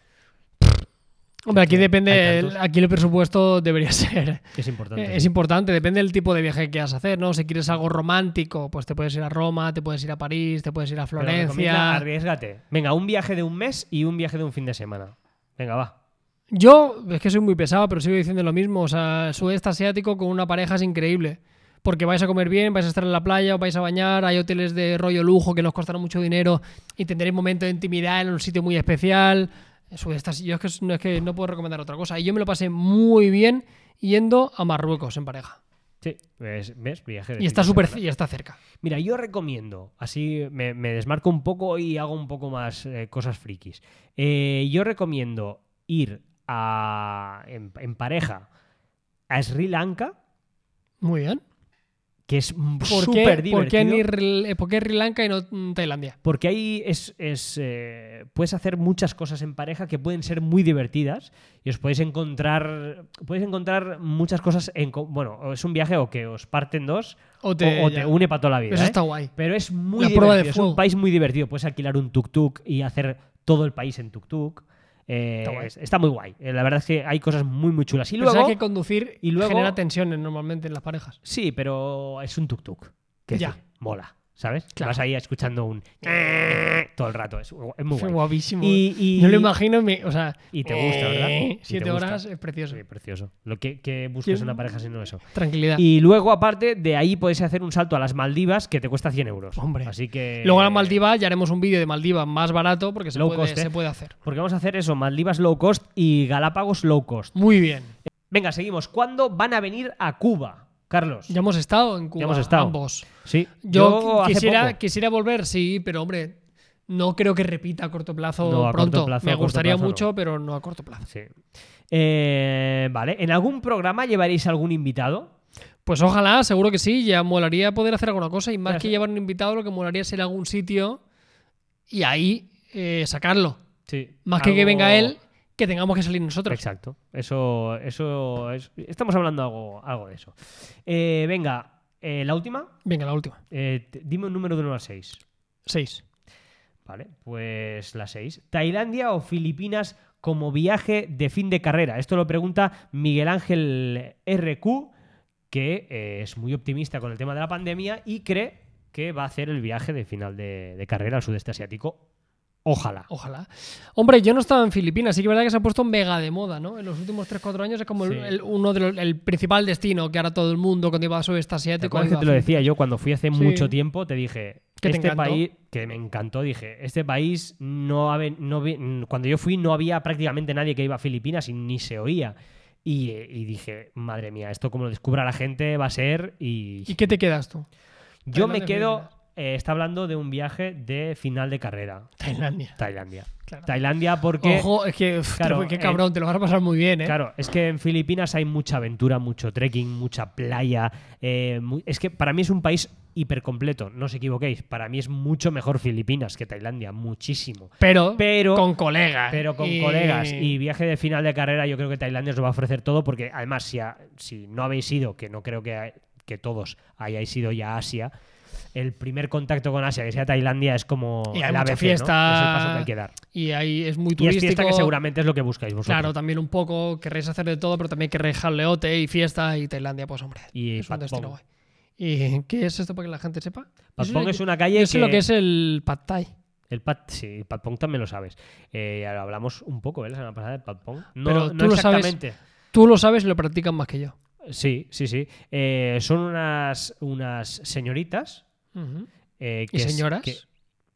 [SPEAKER 2] Hombre, aquí
[SPEAKER 1] que hay
[SPEAKER 2] depende, el-
[SPEAKER 1] tantos.
[SPEAKER 2] aquí el presupuesto debería ser.
[SPEAKER 1] Es importante.
[SPEAKER 2] eh, Es importante, depende del tipo de viaje que vas a hacer, ¿no? Si quieres algo romántico, pues te puedes ir a Roma, te puedes ir a París, te puedes ir a
[SPEAKER 1] Pero recomienda,
[SPEAKER 2] Florencia.
[SPEAKER 1] Arriesgate. Venga, un viaje de un mes y un viaje de un fin de semana. Venga, va.
[SPEAKER 2] Yo es que soy muy pesado, pero sigo diciendo lo mismo. O sea, el sudeste asiático con una pareja es increíble. Porque vais a comer bien, vais a estar en la playa, os vais a bañar, hay hoteles de rollo lujo que nos costarán mucho dinero y tendréis momentos de intimidad en un sitio muy especial. El sudeste asi- yo es que no, es que no puedo recomendar otra cosa. Y yo me lo pasé muy bien yendo a Marruecos en pareja.
[SPEAKER 1] Sí, ves, ves, viaje de
[SPEAKER 2] Y
[SPEAKER 1] fin
[SPEAKER 2] está
[SPEAKER 1] de
[SPEAKER 2] súper
[SPEAKER 1] semana.
[SPEAKER 2] y está cerca.
[SPEAKER 1] Mira, yo recomiendo, así me, me desmarco un poco y hago un poco más eh, cosas frikis. Eh, yo recomiendo ir a, en, en pareja a Sri Lanka,
[SPEAKER 2] Muy bien.
[SPEAKER 1] que es
[SPEAKER 2] ¿Por qué,
[SPEAKER 1] Pues súper divertido.
[SPEAKER 2] por qué en Irl- eh, por qué Sri Lanka y no en Tailandia?
[SPEAKER 1] Porque ahí es, es, eh, puedes hacer muchas cosas en pareja que pueden ser muy divertidas y os podéis encontrar, podéis encontrar muchas cosas en, co- bueno, o es un viaje o que os parten dos
[SPEAKER 2] O
[SPEAKER 1] o o
[SPEAKER 2] te-
[SPEAKER 1] te,
[SPEAKER 2] ya.
[SPEAKER 1] une para toda la vida.
[SPEAKER 2] Eso
[SPEAKER 1] ¿eh?
[SPEAKER 2] está guay.
[SPEAKER 1] Pero es muy
[SPEAKER 2] La prueba de
[SPEAKER 1] divertido, es
[SPEAKER 2] fuego.
[SPEAKER 1] un país muy divertido. Puedes alquilar un tuk-tuk y hacer todo el país en tuk-tuk. Eh,
[SPEAKER 2] Está guay.
[SPEAKER 1] es- está, muy guay. Eh, La verdad es que hay cosas muy, muy chulas. Y
[SPEAKER 2] Pero
[SPEAKER 1] luego,
[SPEAKER 2] sabes Pues que conducir
[SPEAKER 1] y luego-
[SPEAKER 2] genera tensiones normalmente en las parejas.
[SPEAKER 1] sí, pero es un tuk-tuk. Que
[SPEAKER 2] Ya.
[SPEAKER 1] decir, mola, ¿sabes?
[SPEAKER 2] Claro.
[SPEAKER 1] Vas ahí escuchando un todo el rato. Es, es muy
[SPEAKER 2] Fue
[SPEAKER 1] guay.
[SPEAKER 2] guapísimo.
[SPEAKER 1] Y- y-
[SPEAKER 2] no lo imagino, me- o sea. eh,
[SPEAKER 1] Y te gusta, ¿verdad? Y te
[SPEAKER 2] Siete
[SPEAKER 1] gusta.
[SPEAKER 2] horas es precioso.
[SPEAKER 1] Sí, precioso. Lo que, que busques
[SPEAKER 2] Yo-
[SPEAKER 1] una pareja sino eso.
[SPEAKER 2] Tranquilidad.
[SPEAKER 1] Y luego, aparte, de ahí podéis hacer un salto a las Maldivas que te cuesta 100 euros.
[SPEAKER 2] Hombre.
[SPEAKER 1] Así que.
[SPEAKER 2] Luego a las Maldivas ya haremos un vídeo de Maldivas más barato porque se
[SPEAKER 1] eh, Low
[SPEAKER 2] puede,
[SPEAKER 1] cost, ¿eh?
[SPEAKER 2] se puede hacer.
[SPEAKER 1] Porque vamos a hacer eso: Maldivas low cost y Galápagos low cost.
[SPEAKER 2] Muy bien.
[SPEAKER 1] Venga, seguimos. ¿Cuándo van a venir a Cuba, Carlos?
[SPEAKER 2] Ya hemos estado en Cuba.
[SPEAKER 1] hemos estado.
[SPEAKER 2] Ambos.
[SPEAKER 1] Sí.
[SPEAKER 2] Yo, qui-
[SPEAKER 1] hace
[SPEAKER 2] quisiera,
[SPEAKER 1] poco.
[SPEAKER 2] quisiera volver, sí, pero hombre, no creo que repita a corto plazo
[SPEAKER 1] No, a corto
[SPEAKER 2] pronto.
[SPEAKER 1] plazo,
[SPEAKER 2] Me
[SPEAKER 1] a corto
[SPEAKER 2] gustaría
[SPEAKER 1] plazo no.
[SPEAKER 2] mucho, pero no a corto plazo.
[SPEAKER 1] Sí. Eh, vale. ¿En algún programa llevaréis algún invitado?
[SPEAKER 2] Pues ojalá, seguro que sí. Ya molaría poder hacer alguna cosa. Y más
[SPEAKER 1] Ya
[SPEAKER 2] que
[SPEAKER 1] sé.
[SPEAKER 2] llevar un invitado, lo que molaría es ir a algún sitio y ahí eh, sacarlo.
[SPEAKER 1] Sí.
[SPEAKER 2] Más que que
[SPEAKER 1] Algo-
[SPEAKER 2] venga él, que tengamos que salir nosotros.
[SPEAKER 1] Exacto. Eso, eso es- Estamos hablando algo, algo de eso. Eh, venga, eh, la última.
[SPEAKER 2] Venga, la última.
[SPEAKER 1] Eh, t- dime un número de 1 a 6.
[SPEAKER 2] Seis.
[SPEAKER 1] Vale, pues la 6. ¿Tailandia o Filipinas como viaje de fin de carrera? Esto lo pregunta Miguel Ángel RQ, que eh, es muy optimista con el tema de la pandemia y cree que va a hacer el viaje de final de, de carrera al sudeste asiático. Ojalá.
[SPEAKER 2] Ojalá. Hombre, yo no estaba en Filipinas, sí que es verdad que se ha puesto mega de moda, ¿no? En los últimos 3-4 años es como el,
[SPEAKER 1] Sí.
[SPEAKER 2] el- uno de los- el principal destino que ahora todo el mundo cuando iba a sudeste
[SPEAKER 1] ¿Te
[SPEAKER 2] asiático.
[SPEAKER 1] acuerdas que
[SPEAKER 2] iba
[SPEAKER 1] te lo
[SPEAKER 2] a-
[SPEAKER 1] decía yo cuando fui hace
[SPEAKER 2] Sí.
[SPEAKER 1] mucho tiempo? Te dije,
[SPEAKER 2] Que te
[SPEAKER 1] este
[SPEAKER 2] encantó.
[SPEAKER 1] país, que me encantó, dije, este país no, habe- no vi- mm, cuando yo fui no había prácticamente nadie que iba a Filipinas y ni se oía. Y, eh, y dije, madre mía, esto como lo descubra la gente va a ser y
[SPEAKER 2] ¿Y qué te quedas tú?
[SPEAKER 1] yo me
[SPEAKER 2] Tailandia,
[SPEAKER 1] quedo
[SPEAKER 2] Filipinas.
[SPEAKER 1] eh, está hablando de un viaje de final de carrera.
[SPEAKER 2] Tailandia.
[SPEAKER 1] Tailandia.
[SPEAKER 2] Claro.
[SPEAKER 1] Tailandia porque...
[SPEAKER 2] Ojo, es que, uf,
[SPEAKER 1] Claro,
[SPEAKER 2] qué
[SPEAKER 1] eh,
[SPEAKER 2] cabrón, te lo vas a pasar muy bien, ¿eh?
[SPEAKER 1] Claro, es que en Filipinas hay mucha aventura, mucho trekking, mucha playa. eh, mu- es que para mí es un país hipercompleto, no os equivoquéis. Para mí es mucho mejor Filipinas que Tailandia, muchísimo.
[SPEAKER 2] Pero,
[SPEAKER 1] Pero-
[SPEAKER 2] con colegas.
[SPEAKER 1] Pero con colegas y viaje de final de carrera, yo creo que Tailandia os lo va a ofrecer todo, porque además, si, a- si no habéis ido, que no creo que, que todos hayáis ido ya a Asia, el primer contacto con Asia, que sea Tailandia, es como
[SPEAKER 2] Y hay
[SPEAKER 1] la
[SPEAKER 2] mucha
[SPEAKER 1] ABC,
[SPEAKER 2] fiesta.
[SPEAKER 1] ¿no? Es el paso que hay que dar.
[SPEAKER 2] Y ahí es muy
[SPEAKER 1] Y es
[SPEAKER 2] turístico.
[SPEAKER 1] fiesta que seguramente es lo que buscáis vosotros.
[SPEAKER 2] Claro, también un poco, querréis hacer de todo, pero también querréis jaleote y fiesta y Tailandia, pues hombre,
[SPEAKER 1] Y
[SPEAKER 2] es un
[SPEAKER 1] Patpong.
[SPEAKER 2] destino guay. ¿Y qué es esto para que la gente sepa? Yo
[SPEAKER 1] Patpong
[SPEAKER 2] sé-
[SPEAKER 1] es una
[SPEAKER 2] yo
[SPEAKER 1] calle
[SPEAKER 2] sé
[SPEAKER 1] que...
[SPEAKER 2] lo que es el Pad Thai.
[SPEAKER 1] El Pat, sí, Pat Pong también lo sabes. Eh, ahora hablamos un poco ¿eh? la semana pasada de Pat Pong. No,
[SPEAKER 2] Pero
[SPEAKER 1] no
[SPEAKER 2] tú lo sabes.
[SPEAKER 1] exactamente.
[SPEAKER 2] Tú lo sabes y lo practican más que yo.
[SPEAKER 1] Sí, sí, sí. Eh, son unas, unas señoritas. eh, que
[SPEAKER 2] ¿Y
[SPEAKER 1] es-
[SPEAKER 2] señoras?
[SPEAKER 1] que-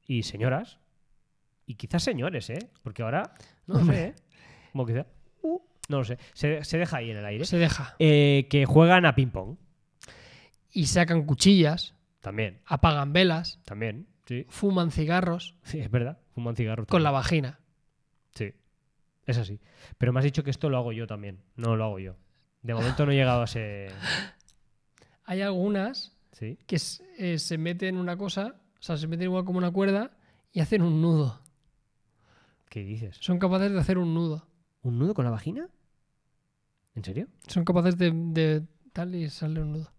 [SPEAKER 1] y señoras. Y quizás señores, ¿eh? Porque ahora. No lo
[SPEAKER 2] Hombre.
[SPEAKER 1] sé, ¿eh? Como quizá. uh, no lo sé. Se, se deja ahí en el aire.
[SPEAKER 2] Se deja.
[SPEAKER 1] Eh, que juegan a ping-pong.
[SPEAKER 2] Y sacan cuchillas,
[SPEAKER 1] También,
[SPEAKER 2] apagan velas,
[SPEAKER 1] también. Sí,
[SPEAKER 2] fuman cigarros
[SPEAKER 1] sí, es verdad. Fuman cigarro.
[SPEAKER 2] con la
[SPEAKER 1] también.
[SPEAKER 2] vagina.
[SPEAKER 1] Sí, es así. Pero me has dicho que esto lo hago yo también. No lo hago yo. De momento no he llegado a ese.
[SPEAKER 2] Hay algunas
[SPEAKER 1] Sí.
[SPEAKER 2] que s- eh, se meten una cosa, o sea, se meten igual como una cuerda y hacen un nudo.
[SPEAKER 1] ¿Qué dices?
[SPEAKER 2] Son capaces de hacer un nudo.
[SPEAKER 1] ¿Un nudo con la vagina? ¿En serio?
[SPEAKER 2] Son capaces de, de tal y sale un nudo.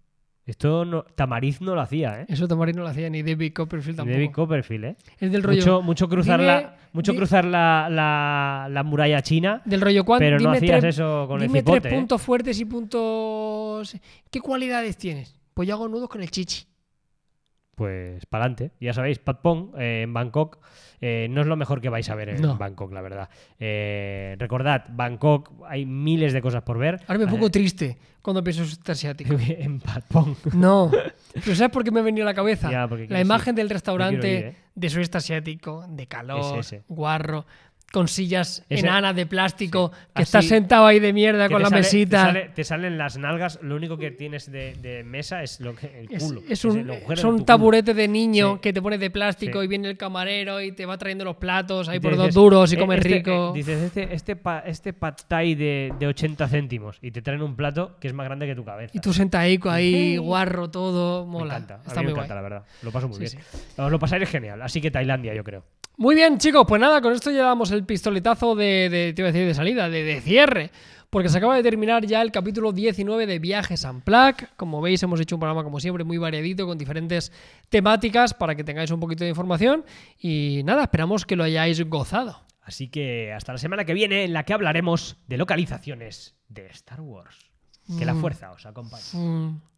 [SPEAKER 1] Esto no, Tamariz no lo hacía, ¿eh?
[SPEAKER 2] Eso Tamariz no lo hacía ni David Copperfield
[SPEAKER 1] Ni
[SPEAKER 2] tampoco.
[SPEAKER 1] David Copperfield, ¿eh?
[SPEAKER 2] es del rollo.
[SPEAKER 1] Mucho, mucho cruzar,
[SPEAKER 2] dime-
[SPEAKER 1] la, mucho
[SPEAKER 2] di-
[SPEAKER 1] cruzar la, la- la muralla china,
[SPEAKER 2] Del rollo ¿cuán-
[SPEAKER 1] pero no
[SPEAKER 2] dime
[SPEAKER 1] hacías
[SPEAKER 2] tres,
[SPEAKER 1] eso con el
[SPEAKER 2] dime
[SPEAKER 1] cipote.
[SPEAKER 2] tres
[SPEAKER 1] ¿eh?
[SPEAKER 2] puntos fuertes y puntos. ¿Qué cualidades tienes? Pues yo hago nudos con el chichi.
[SPEAKER 1] Pues para adelante. Ya sabéis, Pat Pong eh, en Bangkok eh, no es lo mejor que vais a ver en
[SPEAKER 2] No.
[SPEAKER 1] Bangkok, la verdad. Eh, recordad, Bangkok hay miles de cosas por ver.
[SPEAKER 2] Ahora me pongo
[SPEAKER 1] Eh,
[SPEAKER 2] triste cuando pienso en este asiático.
[SPEAKER 1] en Pat Pong.
[SPEAKER 2] No. Pero ¿sabes por qué me ha venido a la cabeza?
[SPEAKER 1] Ya, porque
[SPEAKER 2] la
[SPEAKER 1] quieres
[SPEAKER 2] imagen del
[SPEAKER 1] Yo
[SPEAKER 2] restaurante
[SPEAKER 1] quiero ir, ¿eh?
[SPEAKER 2] de sureste asiático, de calor,
[SPEAKER 1] Es ese.
[SPEAKER 2] guarro, con sillas
[SPEAKER 1] Ese-
[SPEAKER 2] enanas de plástico, que
[SPEAKER 1] Así-
[SPEAKER 2] estás sentado ahí de mierda
[SPEAKER 1] Que
[SPEAKER 2] con
[SPEAKER 1] te
[SPEAKER 2] la
[SPEAKER 1] sale-
[SPEAKER 2] mesita.
[SPEAKER 1] Te, sale- te salen las nalgas, lo único que tienes de, de mesa es lo que, el
[SPEAKER 2] Es-
[SPEAKER 1] culo.
[SPEAKER 2] es
[SPEAKER 1] es
[SPEAKER 2] un,
[SPEAKER 1] el agujero de tu
[SPEAKER 2] son
[SPEAKER 1] culo.
[SPEAKER 2] taburetes de niño
[SPEAKER 1] Sí.
[SPEAKER 2] que te pones de plástico
[SPEAKER 1] Sí.
[SPEAKER 2] y viene el camarero y te va trayendo los platos ahí
[SPEAKER 1] Y te
[SPEAKER 2] por dos
[SPEAKER 1] dices,
[SPEAKER 2] duros y
[SPEAKER 1] "Eh,
[SPEAKER 2] comes
[SPEAKER 1] este,
[SPEAKER 2] rico.
[SPEAKER 1] eh, dices, este, este, pa- este pad thai de, de 80 céntimos y te traen un plato que es más grande que tu cabeza.
[SPEAKER 2] y tú sentadico ahí,
[SPEAKER 1] Sí.
[SPEAKER 2] guarro todo,
[SPEAKER 1] me
[SPEAKER 2] mola.
[SPEAKER 1] encanta, a
[SPEAKER 2] Está
[SPEAKER 1] mí me
[SPEAKER 2] muy guay.
[SPEAKER 1] encanta, la verdad. Lo paso muy
[SPEAKER 2] Sí,
[SPEAKER 1] bien. Os lo pasáis genial. Así que Tailandia, yo creo.
[SPEAKER 2] Muy bien, chicos, pues nada, con esto ya damos el pistoletazo de, de- te iba a decir, de salida, de, de cierre. Porque se acaba de terminar ya el capítulo 19 de Viajes en Plac. Como veis, hemos hecho un programa, como siempre, muy variadito, con diferentes temáticas para que tengáis un poquito de información. Y nada, esperamos que lo hayáis gozado.
[SPEAKER 1] Así que hasta la semana que viene, en la que hablaremos de localizaciones de Star Wars. Que la
[SPEAKER 2] Mm.
[SPEAKER 1] fuerza os acompañe.
[SPEAKER 2] Mm.